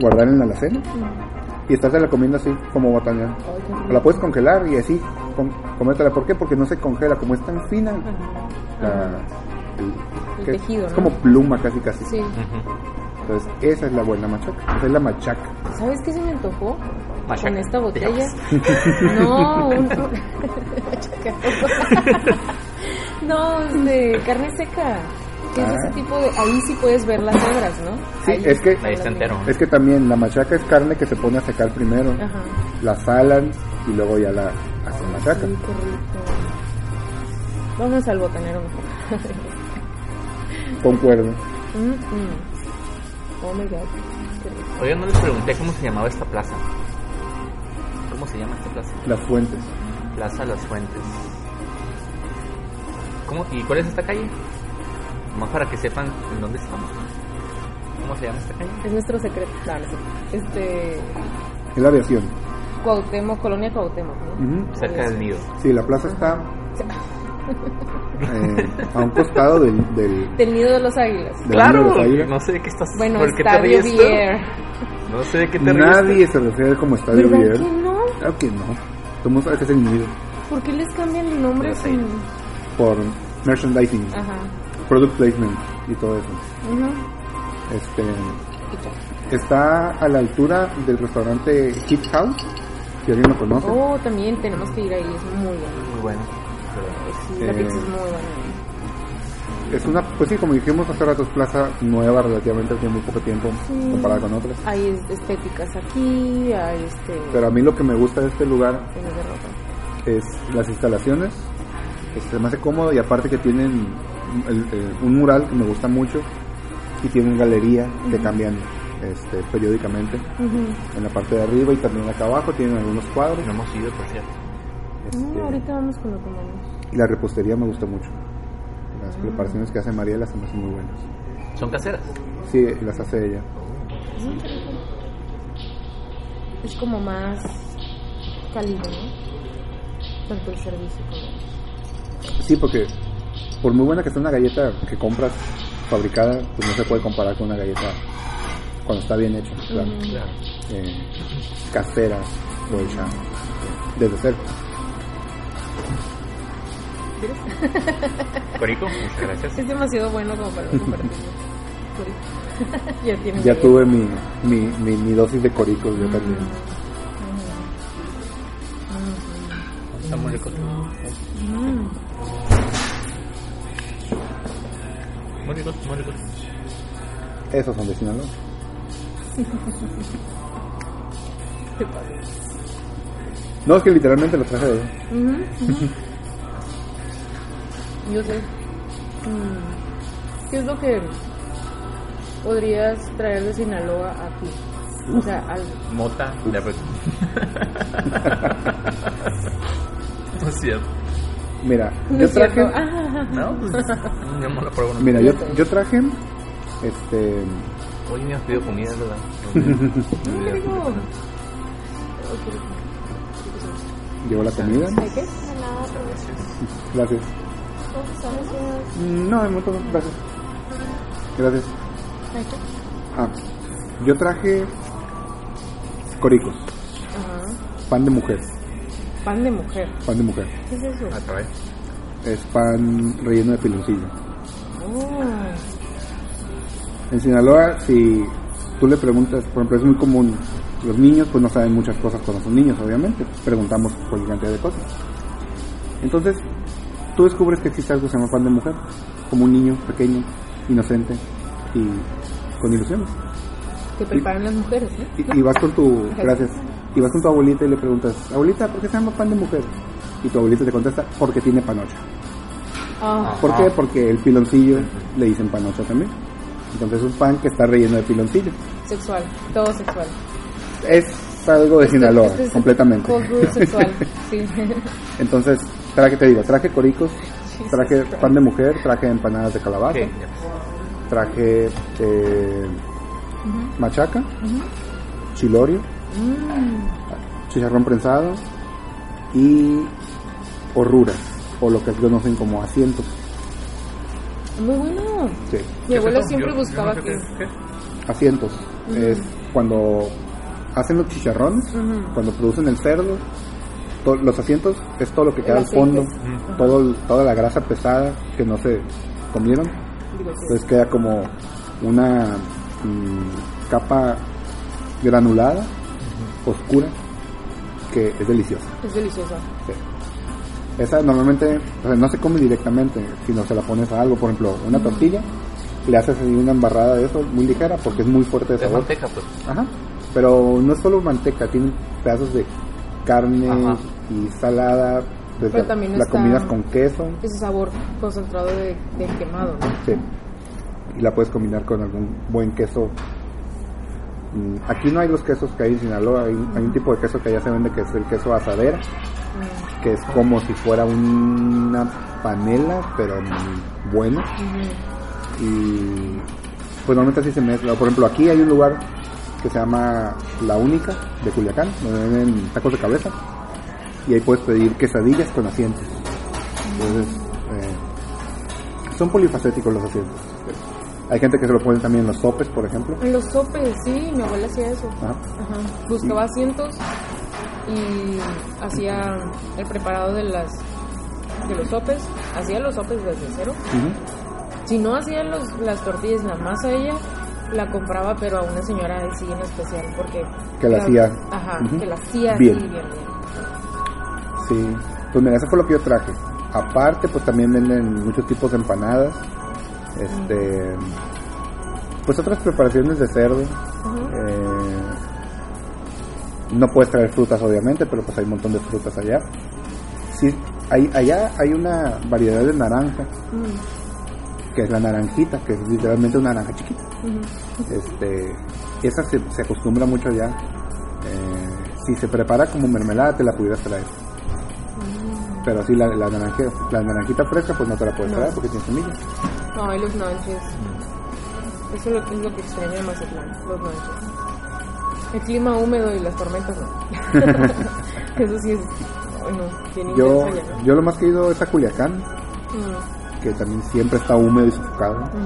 guardar en la alacena y estás la comiendo así como botanera. O la puedes congelar y así com comértela. ¿Por qué? Porque no se congela, como es tan fina. la- el, El que- tejido, Es ¿no? como pluma casi casi. Sí. Entonces, esa es la buena machaca. Esa es la machaca. ¿Sabes qué se me antojó? Machaca. Con esta botella. No, un- Machaca. no, es de carne seca. Que es de ese Ah. tipo de. Ahí sí puedes ver las obras, ¿no? Sí, Ahí. es que Ahí está entero. Es que también la machaca es carne que se pone a secar primero, Ajá. la salan y luego ya la hacen machaca. Sí, qué rico. Vamos al botanero mejor. Concuerdo. Mm, mm. Oh my god. Qué rico. Oigan, no les pregunté cómo se llamaba esta plaza. ¿Cómo se llama esta plaza? Las fuentes. Plaza Las Fuentes. ¿Cómo? ¿Y cuál es esta calle? Más para que sepan en dónde estamos. ¿Cómo se llama esta calle? Es nuestro secreto. No, no sé. Este. Es la aviación. Cuauhtémoc, Colonia Cuauhtémoc, Mm. ¿no? Ujú. Cerca del nido. Sí, la plaza está eh, a un costado del, del- Del nido de los águilas. del nido de los águilas. No sé de qué estás. Bueno, ¿Por qué te Estadio ríes tú? Bier. No sé de qué te ríes. Nadie se refiere como estadio ¿Verdad Bier. que no? Claro que no. Todo el mundo sabe que es el nido ¿Por qué les cambian el nombre? Los sin- por merchandising, Ajá. product placement y todo eso. Ujú. Este, Y ya. está a la altura del restaurante Hit House, si alguien lo conoce. Oh, también tenemos que ir ahí, es muy bueno. Muy bueno. Sí, la Eh, pizza es muy buena. Es una, pues sí, como dijimos hace rato, es plaza nueva relativamente, tiene muy poco tiempo comparada con otras. Hay es- estéticas aquí, hay este. Pero a mí lo que me gusta de este lugar tiendas de ropa. es las instalaciones, es, se me hace cómodo y aparte que tienen el- el- un mural que me gusta mucho y tienen galería que cambian este, periódicamente. En la parte de arriba y también acá abajo tienen algunos cuadros. No hemos ido, por cierto. Este, No, Mm, ahorita vamos con lo que comemos. y la repostería me gusta mucho. Las preparaciones que hace Mariela se me hacen muy buenas. Son caseras. Sí, las hace ella. Es como más cálido, ¿no? Tanto el servicio como. Sí, porque por muy buena que sea una galleta que compras fabricada, pues no se puede comparar con una galleta cuando está bien hecha, claro. Eh, casera o hecha eh, desde cero. Corico, muchas gracias. Es demasiado bueno como para compartirlo. Por- ya tiene. Ya tuve mi, mi, mi, mi dosis de coricos yo también. Está muy rico. Mm. Muy rico, muy rico. Esos son de Sinaloa. No, es que literalmente los traje de allá. Yo sé. Mm, ¿Qué es lo que podrías traer de Sinaloa aquí? O sea, al, Mota, de No es cierto. Mira, no yo es cierto. traje... Ah, No, pues. Yo no lo pruebo. no. Mira, yo, yo traje... Este... Hoy me has pedido comida, es ¿verdad? No, qué rico. Llegó la comida. ¿de qué? Gracias. No, en momento, gracias. Gracias. Ah, yo traje coricos, Ajá. pan de mujer, Pan de mujer. pan de mujer. ¿Qué es eso? Otra vez. Es pan relleno de piloncillo. Oh, En Sinaloa, si tú le preguntas, por ejemplo, es muy común, los niños pues no saben muchas cosas cuando son niños, obviamente, preguntamos cualquier cantidad de cosas. Entonces, tú descubres que existe algo que se llama pan de mujer, como un niño pequeño, inocente y con ilusiones. que preparan las mujeres, ¿eh? Y, y vas con tu, gracias, y vas con tu abuelita y le preguntas, abuelita, ¿por qué se llama pan de mujer? Y tu abuelita te contesta, porque tiene panocha. Ah, ¿Por qué? Porque el piloncillo le dicen panocha también. Entonces es un pan que está relleno de piloncillo. sexual. Todo sexual. Es algo de Sinaloa, Este es completamente. cold brew sexual. Sí. Entonces, traje, te digo, traje coricos, traje pan de mujer, traje empanadas de calabaza, Ok, ya. traje eh, machaca, chilorio, Mm, chicharrón prensado y horruras, o lo que conocen como asientos. Muy bueno. Sí. Mi abuelo eso? siempre Yo- yo buscaba no sé que... qué es. Asientos. Es cuando hacen los chicharrones, cuando producen el cerdo, to- los asientos es todo lo que queda al aceite. fondo, todo, el- toda la grasa pesada que no se comieron. Digo, sí. Entonces queda como una mm, capa granulada, oscura, que es deliciosa. Es delicioso. Sí. Esa normalmente o sea, no se come directamente, sino se la pones a algo, por ejemplo, una tortilla, le haces así una embarrada de eso, muy ligera, porque es muy fuerte de Es sabor. manteca, pues. Ajá. Pero no es solo manteca, tiene pedazos de carne Ajá. y salada, desde Pero también la está- combinas con queso, Ese sabor concentrado de, de quemado. ¿no? sí. y la puedes combinar con algún buen queso. Mm, Aquí no hay los quesos que hay en Sinaloa, hay, hay un tipo de queso que allá se vende que es el queso asadera, que es como si fuera una panela, pero mm, buena. Y pues normalmente así se mezcla. Por ejemplo, aquí hay un lugar que se llama La Única de Culiacán, donde venden tacos de cabeza. Y ahí puedes pedir quesadillas con asientos. Entonces, eh, son polifacéticos los asientos. Hay gente que se lo ponen también en los sopes, por ejemplo. En los sopes, sí, mi abuela hacía eso. Ajá. Ajá. Buscaba asientos y hacía el preparado de las de los sopes, hacía los sopes desde cero. Ujú. Si no hacía los- las tortillas, la masa ella la compraba, pero a una señora así en especial, porque... Que la era- hacía. Ajá, Ujú. que la hacía Bien. así bien, bien. Sí. Pues mira, eso fue lo que yo traje. Aparte, pues también venden muchos tipos de empanadas. Este. Pues otras preparaciones de cerdo. Eh, no puedes traer frutas, obviamente, pero pues hay un montón de frutas allá. Sí, hay, allá hay una variedad de naranja, que es la naranjita, que es literalmente una naranja chiquita. Este, esa se, se acostumbra mucho allá. Eh, si se prepara como mermelada, te la pudieras traer. Pero si la, la, naranja, la naranjita fresca, pues no te la puedes No. traer porque tiene semillas. Ay, los nanches. Eso es lo, es lo que extraño de Mazatlán, los nanches. El clima húmedo y las tormentas no. Eso sí es, bueno, bien Yo, intenso ya, ¿no? yo lo más que he ido es a Culiacán, Mm, que también siempre está húmedo y sofocado. ujú,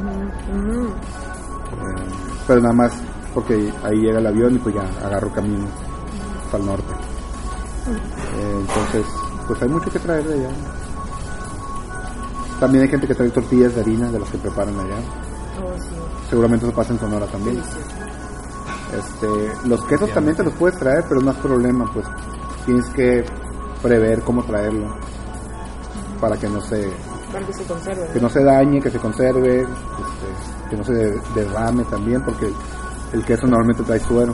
Mm, ujú. Eh, pero nada más porque ahí llega el avión y pues ya agarro camino para el norte. Eh, entonces, pues hay mucho que traer de allá. También hay gente que trae tortillas de harina de las que preparan allá. Oh, sí. Seguramente eso pasa en Sonora también. Este, los quesos también te los puedes traer, pero no es problema, pues tienes que prever cómo traerlo para que no se Para que se conserve. que no se dañe, que se conserve, este, que no se de- derrame también, porque el queso normalmente trae suero.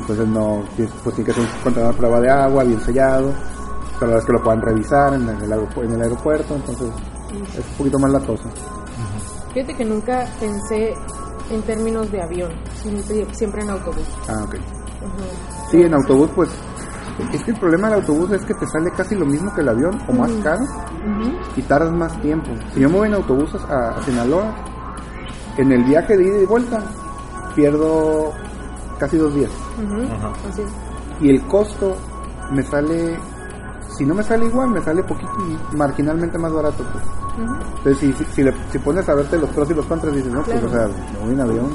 Entonces no, tienes- pues tiene que ser un contenedor a prueba de agua, bien sellado, para las que lo puedan revisar en el, aeropu- en el aeropuerto, entonces es un poquito más latoso. Fíjate que nunca pensé en términos de avión, siempre, siempre en autobús. Ah, ok. Ujú. Sí, en autobús pues, es que el problema del autobús es que te sale casi lo mismo que el avión, o más caro, y tardas más tiempo. Si yo me voy en autobuses a, a Sinaloa, en el viaje de ida y vuelta, pierdo casi dos días. Ujú. Así es. y el costo me sale, si no me sale igual, me sale poquito y marginalmente más barato. pues. Entonces, si, si, si le- si pones a verte los pros y los contras, dices, no, pues, o Claro. sea, me voy en avión.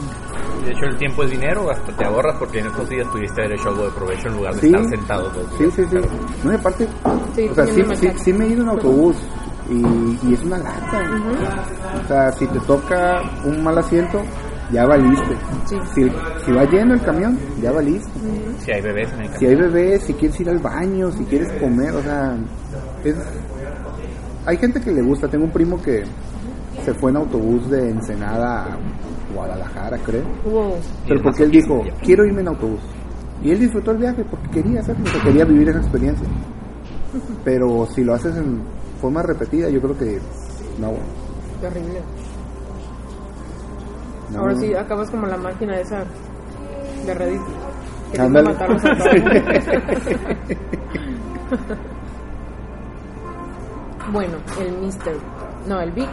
De hecho, el tiempo es dinero, hasta te ahorras porque en estos días tuviste derecho a algo de provecho en lugar de Sí. estar sentado dos Sí, días. sí, sí. No, y aparte, Sí, o sea, sí, teniendo sí, machaca. sí me he ido en autobús y, y es una lata. O sea, si te toca un mal asiento, ya valiste. Sí. Si, si va lleno el camión, ya valiste. Si hay bebés en el si camino. hay bebés, si quieres ir al baño, si quieres comer, o sea, es- hay gente que le gusta. Tengo un primo que se fue en autobús de Ensenada a Guadalajara, creo. Wow. Pero porque él dijo, quiero irme en autobús. Y él disfrutó el viaje porque quería hacerlo, porque quería vivir esa experiencia. Pero si lo haces en forma repetida, yo creo que no, güey. Qué horrible. no. Ahora sí, acabas como la máquina esa de Reddit. Que te Ándale. matarlos a todos. bueno, el Mister. No, el Big.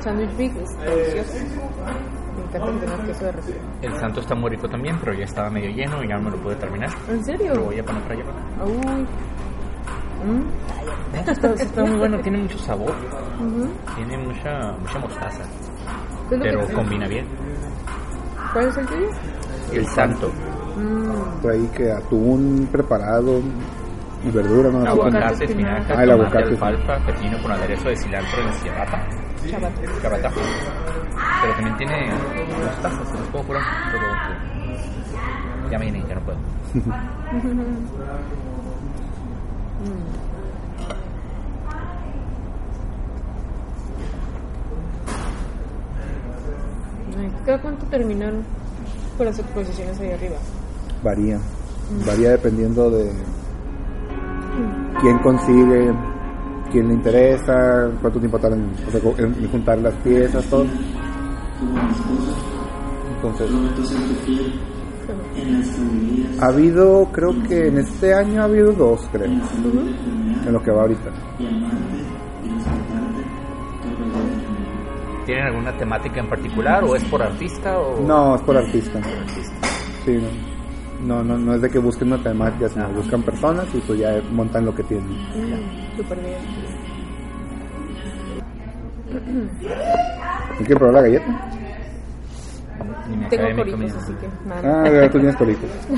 Sándwich Big es delicioso. Me encanta que tenga queso de recién. El santo está muy rico también, pero ya estaba medio lleno y ya no me lo pude terminar. ¿En Lo serio? voy a poner para allá. Uy. Está, está muy bueno, tiene mucho sabor. Tiene mucha, mucha mostaza. ¿Qué es lo que Pero te- combina bien. ¿Cuál es el tuyo? Mm, El santo. Por ahí que atún preparado y verdura, ¿no? Así con- Aguacate, espinaca, Ah, el tomate, aguacate. alfalfa, pepino con aderezo de cilantro en ciabatta. Ciabatta. Pero también tiene mostaza, se los puedo jurar. Pero ya me llené, ya no puedo. Ay, ¿Cada cuánto terminan por las exposiciones ahí arriba? Varía. Varía dependiendo de quién consigue, quién le interesa, cuánto tiempo tardan en, o sea, co- en- en juntar las piezas, todo. Entonces. Ha habido, creo que en este año ha habido dos, creo. En lo que va ahorita. ¿Tienen alguna temática en particular o es por artista o No, es por artista. Sí, no. No, no, no es de que busquen una temática, sino buscan personas y pues ya montan lo que tienen. Mm, Súper bien. ¿Y qué probar la galleta? ni me acabé Tengo mi coritos, comida? así que Ah, nada. de verdad, tú tienes colitas.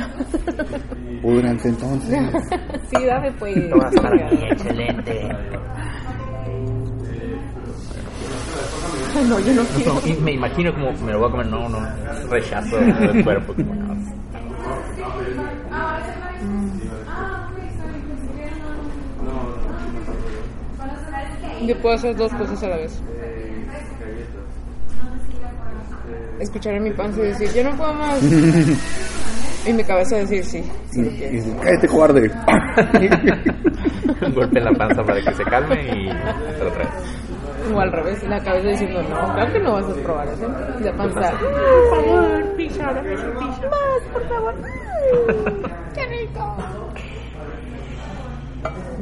Durante entonces. Sí, dame pues. excelente. no, yo no quiero. No, y me imagino como me lo voy a comer, no, no, rechazo del cuerpo. Como, no. Yo puedo hacer dos cosas a la vez. Escuchar en mi panza y decir, yo no puedo más. y mi cabeza decir, sí, sí lo Y quiero. dices, cállate, cobarde. Un golpe en la panza para que se calme y se lo traes. O al revés, la cabeza diciendo, no, claro que no vas a probar eso. Y La panza, por favor, pizza, ahora me hace pizza. Más, por favor. Ay, ¡Qué rico!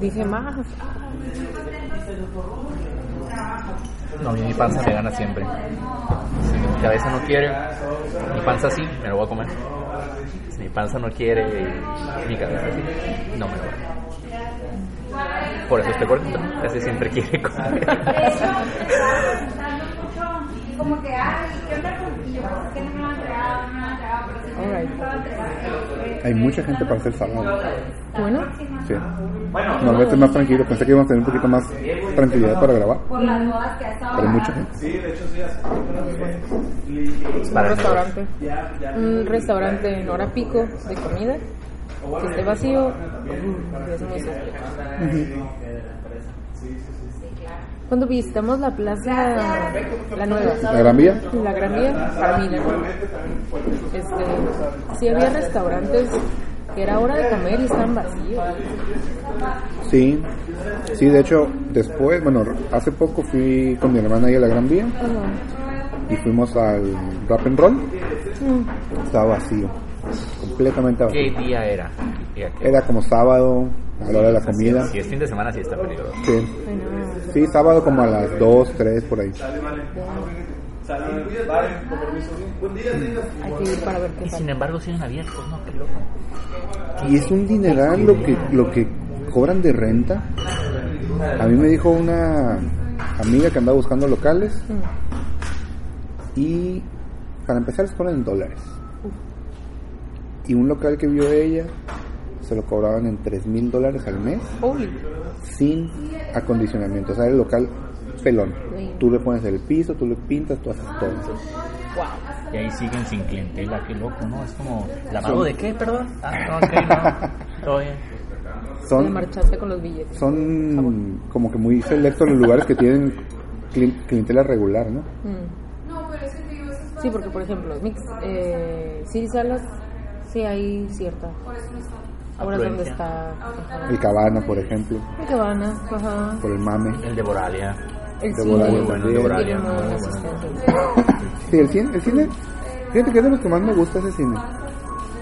Dije más. No, a mí mi panza me gana siempre. Si mi cabeza no quiere, mi panza sí, me lo voy a comer. Si mi panza no quiere, mi cabeza sí, no me lo voy a comer. Por eso estoy gordito, casi siempre quiere comer. All right. Hay mucha gente para hacer sábado. Bueno, Sí. Normalmente es más tranquilo. Pensé que íbamos a tener un poquito más tranquilidad para grabar. Pero hay mucha gente. un Para restaurante. Un restaurante en hora pico de comida. Que esté vacío. mm, Es muy sospechoso. Cuando visitamos la plaza, la nueva, ¿La Gran Vía? la Gran Vía, para mí, la nueva, este, sí había restaurantes que era hora de comer y estaban vacíos. Sí. Sí, de hecho, después, bueno, hace poco fui con mi hermana ahí a la Gran Vía y fuimos al Rap and Roll. Estaba vacío. Completamente ¿Qué vacío. día era? ¿Qué día qué? Era como sábado, a la hora de la comida. Si es fin de semana, sí está peligroso. Sí. Sí, sábado como a las 2, 3 por ahí. Hay que ir para ver qué Y tal. sin embargo, siguen abiertos, ¿no? Qué Y es un dineral lo que lo que cobran de renta. A mí me dijo una amiga que andaba buscando locales y para empezar les ponen en dólares. Y un local que vio ella se lo cobraban en 3 mil dólares al mes Holy. sin acondicionamiento. O sea, el local pelón. Tú le pones el piso, tú le pintas, tú haces todo. Y ahí siguen sin clientela, qué loco, ¿no? Es como, ¿lavado de qué, perdón? Ah, no, ok, no. Todo bien. Me Son marchaste con los billetes. son como que muy selectos los lugares que tienen clin- clientela regular, ¿no? Mm. Sí, porque por ejemplo, Mix, eh, Siri Salas, sí hay cierta. Ahora es donde está. ajá. El Cabana, por ejemplo, El Cabana, ajá. por el mame. El de Boralia. El De cine. Boralia tiene también. muy Boralia, buenos muy bueno. asistentes. Sí, el cine, el cine, fíjate que es de lo que más me gusta ese cine.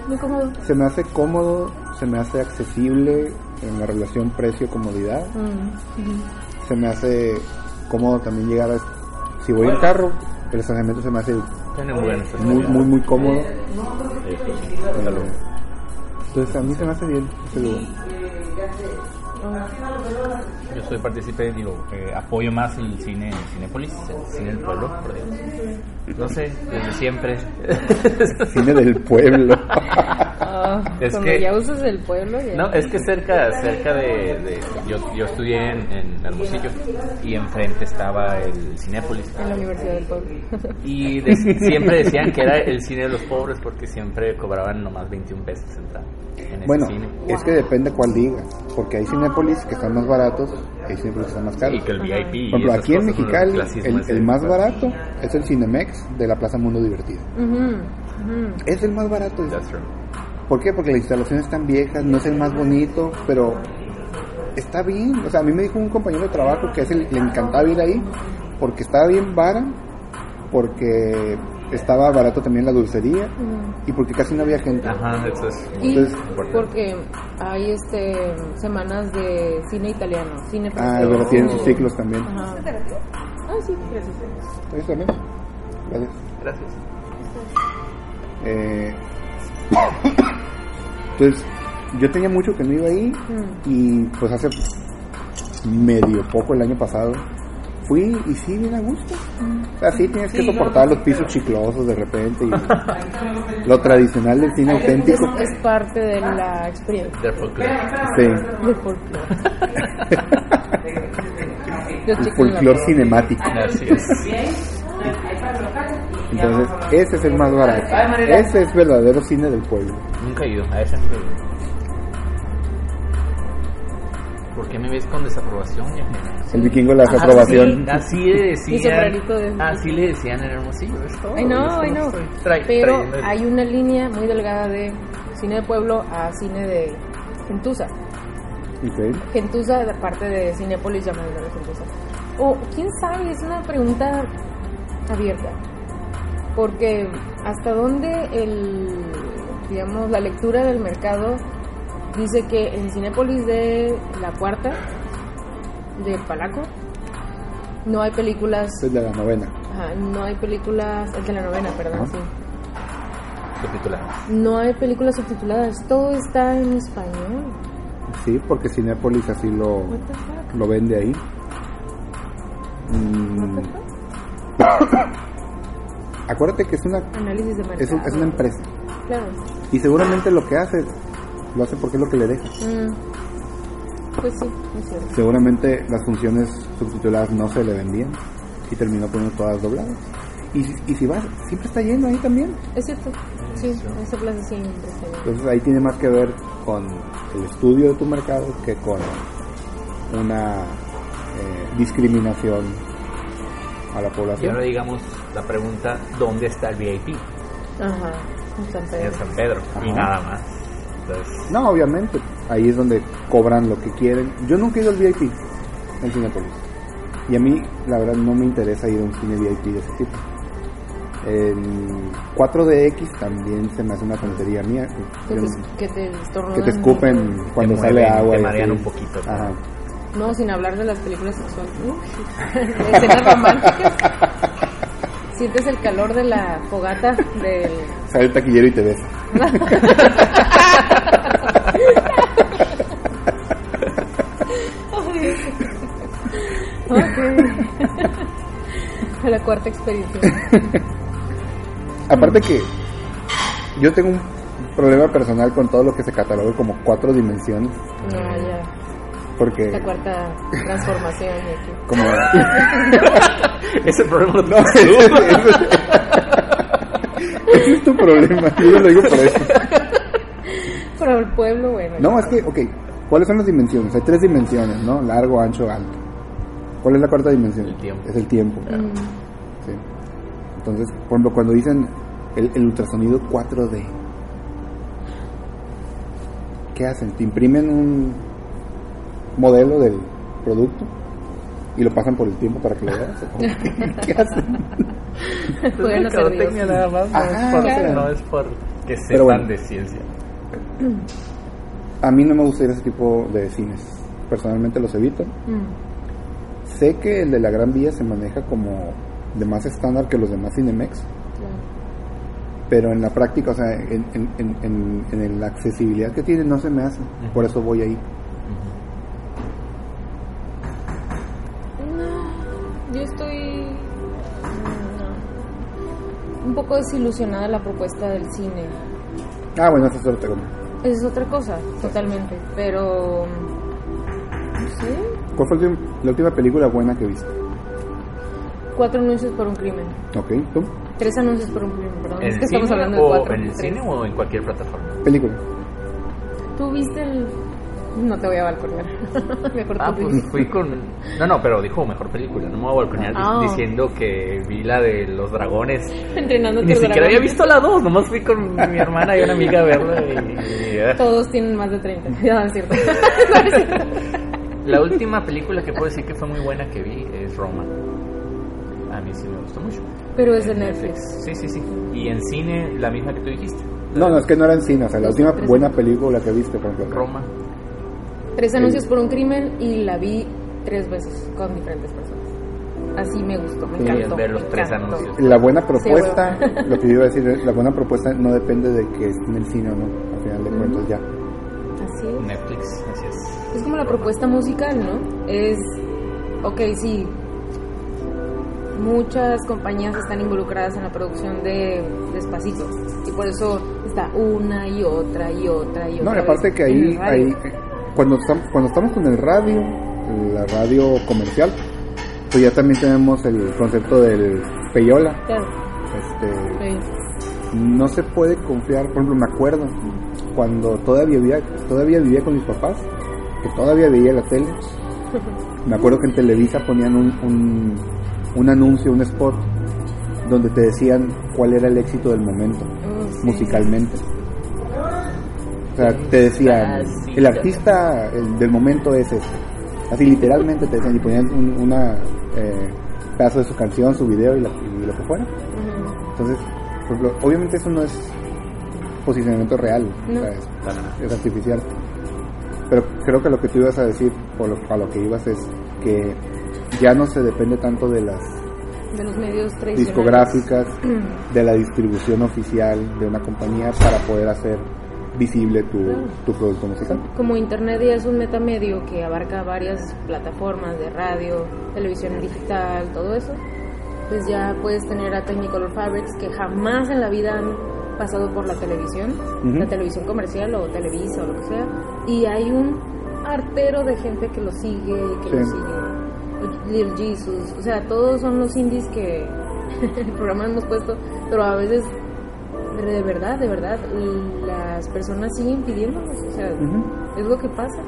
Muy cómodo. Se me hace cómodo, se me hace accesible en la relación precio-comodidad. Mm. Se me hace cómodo también llegar a... Si voy en carro, el estacionamiento se me hace Tiene muy buenas muy, muy, muy cómodo. Sí, Entonces a mí se me hace bien ese lugar. Yo soy partícipe, digo, eh, apoyo más el cine Cinépolis, el cine del pueblo, por Dios. No sé, desde siempre. Cine del pueblo. Ah, Es cuando que- ya usas el pueblo, ya. No, es que cerca, cerca de, de- yo, yo estudié en, en Hermosillo y enfrente estaba el Cinépolis. En la Universidad del Pueblo. Y de- siempre decían que era el cine de los pobres porque siempre cobraban nomás 21 pesos entrar en ese Bueno, cine. es que depende cuál diga, porque hay Cinépolis que están más baratos, hay Cinépolis que están más caros. Y que el VIP. y Por ejemplo, esas aquí en cosas, ¿no? Mexicali, clasismo el, ese. el más barato es el Cinemex de la Plaza Mundo Divertido. Ujú, Es el más barato. That's true. ¿Por qué? Porque las instalaciones están viejas, no es el más bonito, pero está bien. O sea, a mí me dijo un compañero de trabajo que es el, le encantaba ir ahí porque estaba bien vara, porque estaba barato también la dulcería y porque casi no había gente. Ajá, eso es. Y Entonces, porque hay este semanas de cine italiano, cine Ah, francés. pero tienen Oh. sus ciclos también. Ajá. Ah, sí, gracias. Eso también. Gracias. Gracias. Eh, entonces, yo tenía mucho que no iba ahí y pues hace medio poco el año pasado fui y sí, bien a gusto. O sea, sí tienes que soportar los pisos chiclosos de repente y lo tradicional del cine Es, auténtico. es parte de la experiencia Del folclore. Sí, del folclore. Los el chicos en la folclore plaza. cinemático. Así es. Entonces, ese es el más barato. Ese es verdadero cine del pueblo. Nunca he ido. A ese nunca he ido. ¿Por qué me ves con desaprobación? ya? El vikingo de la desaprobación. Ah, Así, así le Mi sombrerito decían. de- Así le decían en Hermosillo. es todo, Ay, no, es ay, como no. estoy tra- Pero trayendo el- hay una línea muy delgada de cine de pueblo a cine de Gentuza. Ok. Gentuza, de parte de Cinépolis, llaman de Gentuza. O quién sabe, es una pregunta abierta. Porque hasta dónde el, digamos, la lectura del mercado dice que en Cinépolis de la cuarta, de Palaco, no hay películas, Ese es de la novena. ajá, no hay películas, el de la novena, perdón, Ajá. sí. subtitulado. No hay películas subtituladas, todo está en español. Sí, porque Cinépolis así lo, What the fuck? lo vende ahí. Mm, pues acuérdate que es una, Análisis de mercado. es, un- es una empresa Claro. y seguramente lo que hace lo hace porque es lo que le deja. Mm. Pues sí, es cierto. Seguramente las funciones subtituladas no se le vendían y terminó poniendo todas dobladas. Y, y si vas, siempre está lleno ahí también. Es cierto. Sí, esa plaza siempre está llena. Entonces ahí tiene más que ver con el estudio de tu mercado que con una eh, discriminación a la Y población. ahora digamos la pregunta, ¿dónde está el VIP? Ajá. en San En Pedro. San Pedro. Y Ajá. nada más. Entonces, No, obviamente. Ahí es donde cobran lo que quieren. Yo nunca he ido al VIP en Cinepolis. Y a mí, la verdad, no me interesa ir a un cine VIP de ese tipo. En 4DX también se me hace una tontería mía. Que Yo- te, que te estornudan. que te escupen cuando Te sale mueven, agua. te y marean así. un poquito. Ajá. No, sin hablar de las películas sexuales. Uy. De escenas románticas. Sientes el calor de la fogata del. Sale el taquillero y te besa. Ok. la cuarta experiencia. Aparte que yo tengo un problema personal con todo lo que se cataloga como cuatro dimensiones. No, ya. Porque La cuarta transformación. de aquí. como... ese problema lo No, ese, ese- ese es tu problema. Yo no lo digo por eso. Pero el pueblo, bueno. No, ya. es que, ok, ¿cuáles son las dimensiones? Hay tres dimensiones, ¿no? Largo, ancho, alto. ¿Cuál es la cuarta dimensión? El tiempo. Es el tiempo. Sí. Entonces, por ejemplo, cuando dicen el, el ultrasonido 4D, ¿qué hacen? Te imprimen un modelo del producto y lo pasan por el tiempo para que lo veas. ¿O ¿Qué hacen? Pueden hacer mercadotecnia videos. nada más, no Ajá, es por, claro. no es por que sepan Pero bueno. de ciencia. A mí no me gusta ir a ese tipo de cines. Personalmente los evito. Mm, Sé que el de la Gran Vía se maneja como de más estándar que los demás Cinemex, claro. pero en la práctica, o sea, en, en- en- en- en la accesibilidad que tiene, no se me hace. Por eso voy ahí. yo estoy mm, un poco desilusionada de la propuesta del cine. Ah, bueno, eso es otro tema. Es otra cosa, totalmente. Pero. No sé. ¿Cuál fue la ultim- la última película buena que viste? Cuatro anuncios por un crimen. Ok, ¿tú? Tres anuncios por un crimen, perdón. ¿En Es el que estamos cine hablando de o cuatro. ¿En el tres. cine o en cualquier plataforma? Película. ¿Tú viste el.? No te voy a balconear. Mejor Ah, tú pues dices. fui con... No, no, pero dijo mejor película. No me voy a balconear di- Ah. diciendo que vi la de los dragones. Entrenando Y ni tus siquiera dragones. había visto la dos. Nomás fui con mi hermana y una amiga a verla. y- y- ah. Todos tienen más de 30. Ya no es cierto. No es cierto. La última película que puedo decir que fue muy buena que vi es Roma. A mí sí me gustó mucho. Pero es de En Netflix. Sí, sí, sí. Y en cine, la misma que tú dijiste. No, no, es que no era en cine, o sea, la Dos, última tres. buena película que viste, por ejemplo. Roma. Tres anuncios por un crimen y la vi tres veces con diferentes personas. Así me gustó, me Querías encantó. ver los me tres encantó. anuncios. La buena Sí, propuesta, lo que yo iba a decir, la buena propuesta no depende de que esté en el cine o no, al final de cuentas ya. Así es. Mm. Netflix, así es. Es como la propuesta musical, ¿no? Es, ok, sí, muchas compañías están involucradas en la producción de Despacito y por eso está una y otra y otra y otra. No, y vez aparte que en ahí, el radio. ahí cuando, estam- cuando estamos con el radio, la radio comercial, pues ya también tenemos el concepto del peyola. Claro, Este, Pues sí. no se puede confiar, por ejemplo, me acuerdo cuando todavía vivía, todavía vivía con mis papás, que todavía veía la tele. Me acuerdo que en Televisa ponían un, un, un anuncio, un spot, donde te decían cuál era el éxito del momento, Mm, sí. musicalmente. O sea, te Ah, decían, el artista el del momento es este. Así literalmente te decían, y ponían un una, eh, pedazo de su canción, su video y, la- y lo que fuera. Ujú. Entonces, por ejemplo, obviamente eso no es posicionamiento real, No. o sea, es, es artificial. Pero creo que lo que tú ibas a decir, o lo- a lo que ibas es que ya no se depende tanto de las De los medios tradicionales. discográficas, de la distribución oficial de una compañía para poder hacer visible tu, tu producto musical. Como Internet ya es un metamedio que abarca varias plataformas de radio, televisión digital, todo eso, pues ya puedes tener a Technicolor Fabrics que jamás en la vida han pasado por la televisión, Ujú. la televisión comercial o Televisa o lo que sea, y hay un artero de gente que lo sigue y que lo Sí. sigue. Little Jesus, o sea, todos son los indies que el programa hemos puesto, pero a veces pero de verdad, de verdad, las personas siguen pidiéndonos, o sea, Ujú. es lo que pasa.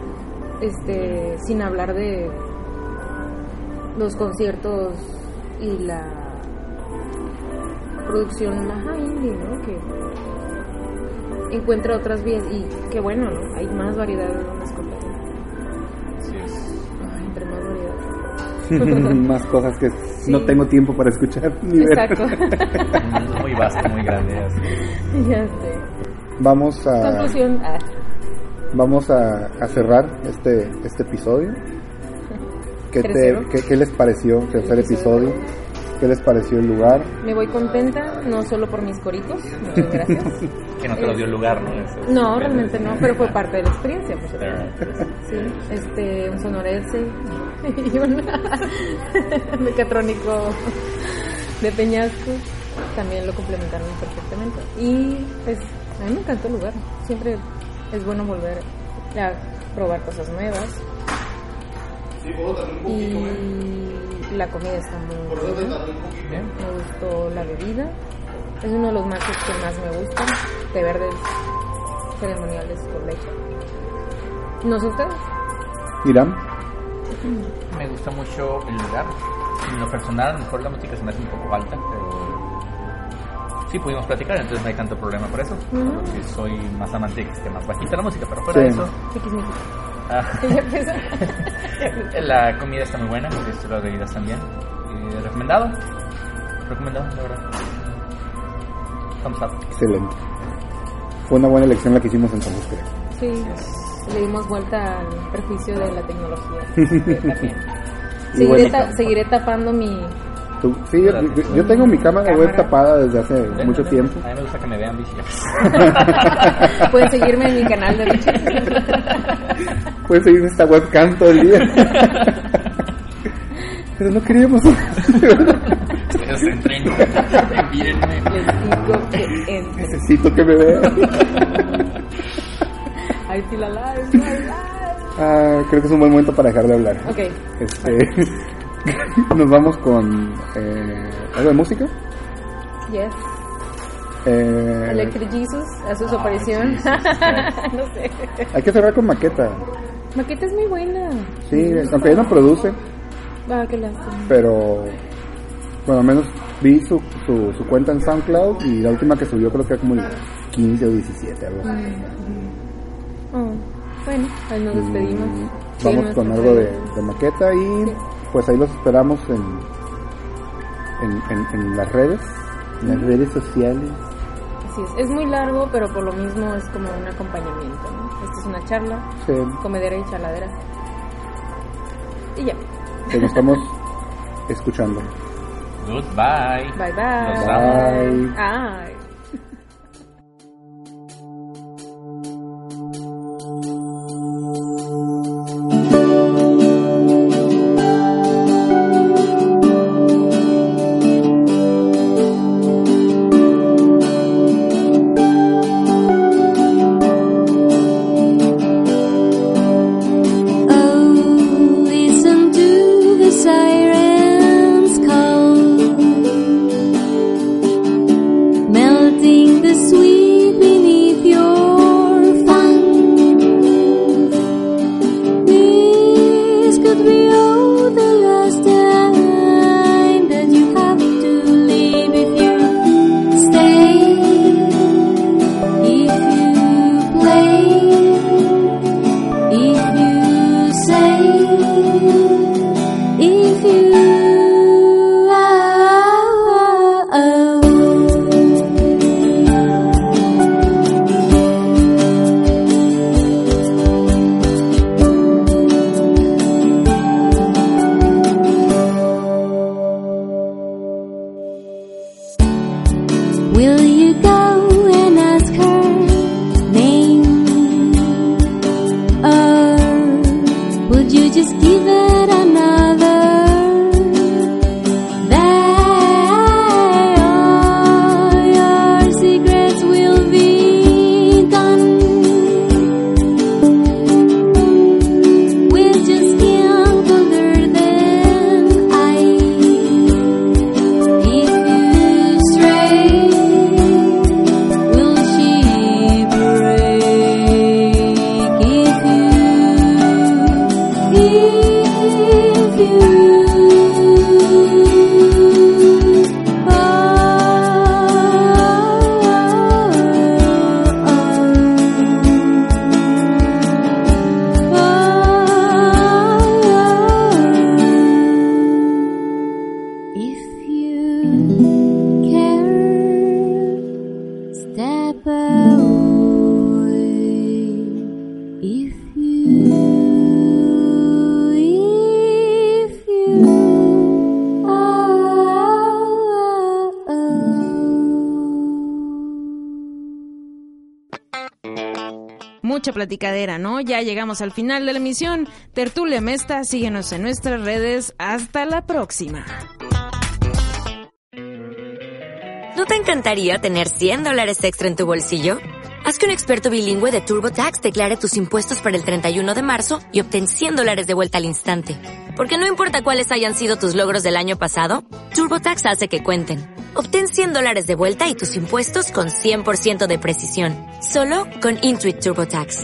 Este, sin hablar de los conciertos y la producción ajá, indie, ¿no? Que encuentra otras vías y qué bueno, ¿no? Hay más variedad de las compañías. Así es. Ay, entre más variedad. Más cosas que no tengo tiempo para escuchar ni ver. Exacto. Un mundo muy vasto, muy grande. Así. ya sé. Vamos a Conclusión. ah, vamos a, a cerrar este, este episodio. ¿Qué, te- Tercero. qué- qué les pareció el tercer Episodio. episodio? ¿Qué les pareció el lugar? me voy contenta, no solo por mis coritos, muchas gracias. Que no te lo dio lugar, ¿no? Eso es- No, realmente no, pero fue parte de la experiencia. Pues, Alright. sí, este, un sonorense y un mecatrónico de Peñasco también lo complementaron perfectamente. Y pues a mí me encantó el lugar. Siempre es bueno volver a probar cosas nuevas. Sí, puedo tardar un poquito, ¿eh? Y la comida está muy Por eso te buena. tardé un poquito. Bien. Me gustó la bebida. Es uno de los machos que más me gustan. De verdes ceremoniales con leche. No sé ustedes. Irán, Me gusta mucho el lugar. En lo personal, a lo mejor la música se me hace un poco alta, pero sí pudimos platicar, entonces no hay tanto problema por eso. Ujú. Porque soy más amante de que esté más bajita la música, pero fuera Sí. de eso, Chiquismiquis. ah, Ya empezó. la comida está muy buena, esto las bebidas también. Eh, recomendado, recomendado, la verdad. Thumbs up. excelente. Fue una buena elección la que hicimos entonces, creo. Sí. Le dimos vuelta al perjuicio de la tecnología. Yo también. Seguiré, bueno, ta- seguiré tapando mi. Tú- sí, yo, yo- yo tengo mi cámara web Cámara. tapada desde hace mucho Ven, ven, tiempo. ven. A mí me gusta que me vean, bicho. Pueden seguirme en mi canal de Richie. Puedes seguir esta webcam todo el día. pero no queríamos. Ustedes entren, envíenme. Les digo que entre. Necesito que me vean. I feel alive, I feel alive. Ah, creo que es un buen momento para dejar de hablar. Ok. Este, nos vamos con eh, algo de música. Yes. Eh, Electric Jesus hace su aparición. no sé. hay que cerrar con maqueta. Maqueta es muy buena. Sí, aunque ella no produce, Ah, qué lástima. pero bueno, al menos vi su, su, su cuenta en SoundCloud y la última que subió creo que era como el 15 o 17, algo así. Mm. Oh, Bueno, ahí nos despedimos. Y Sí, Mm, Vamos nos con algo de, de maqueta y pues ahí los esperamos en, en, en, en las redes, en las redes sociales. Así es. Es muy largo, pero por lo mismo es como un acompañamiento. ¿no? Esto es una charla, Sí, comedera y chaladera. Y ya. que nos estamos escuchando. Goodbye. Bye bye. Nos Bye. Ay. Oh, listen to the sirens call, melting the sweet beneath your fun. This could be all the last time that you have to leave if you stay, if you play. If you say, if ah, you are, ah, oh. will you go and ask her name? or would you just give it another day? All your secrets will be gone. We'll just can't colder than I. If you stray, Will she break if you, if you Ah. are? If you care. Step away if you, if you are. Mucha platicadera, ¿no? Ya llegamos al final de la emisión. Tertulia Mesta, síguenos en nuestras redes. Hasta la próxima. ¿No te encantaría tener 100 dólares extra en tu bolsillo? Haz que un experto bilingüe de TurboTax declare tus impuestos para el 31 de marzo y obtén 100 dólares de vuelta al instante. Porque no importa cuáles hayan sido tus logros del año pasado, TurboTax hace que cuenten. Obtén 100 dólares de vuelta y tus impuestos con 100% de precisión, solo con Intuit TurboTax.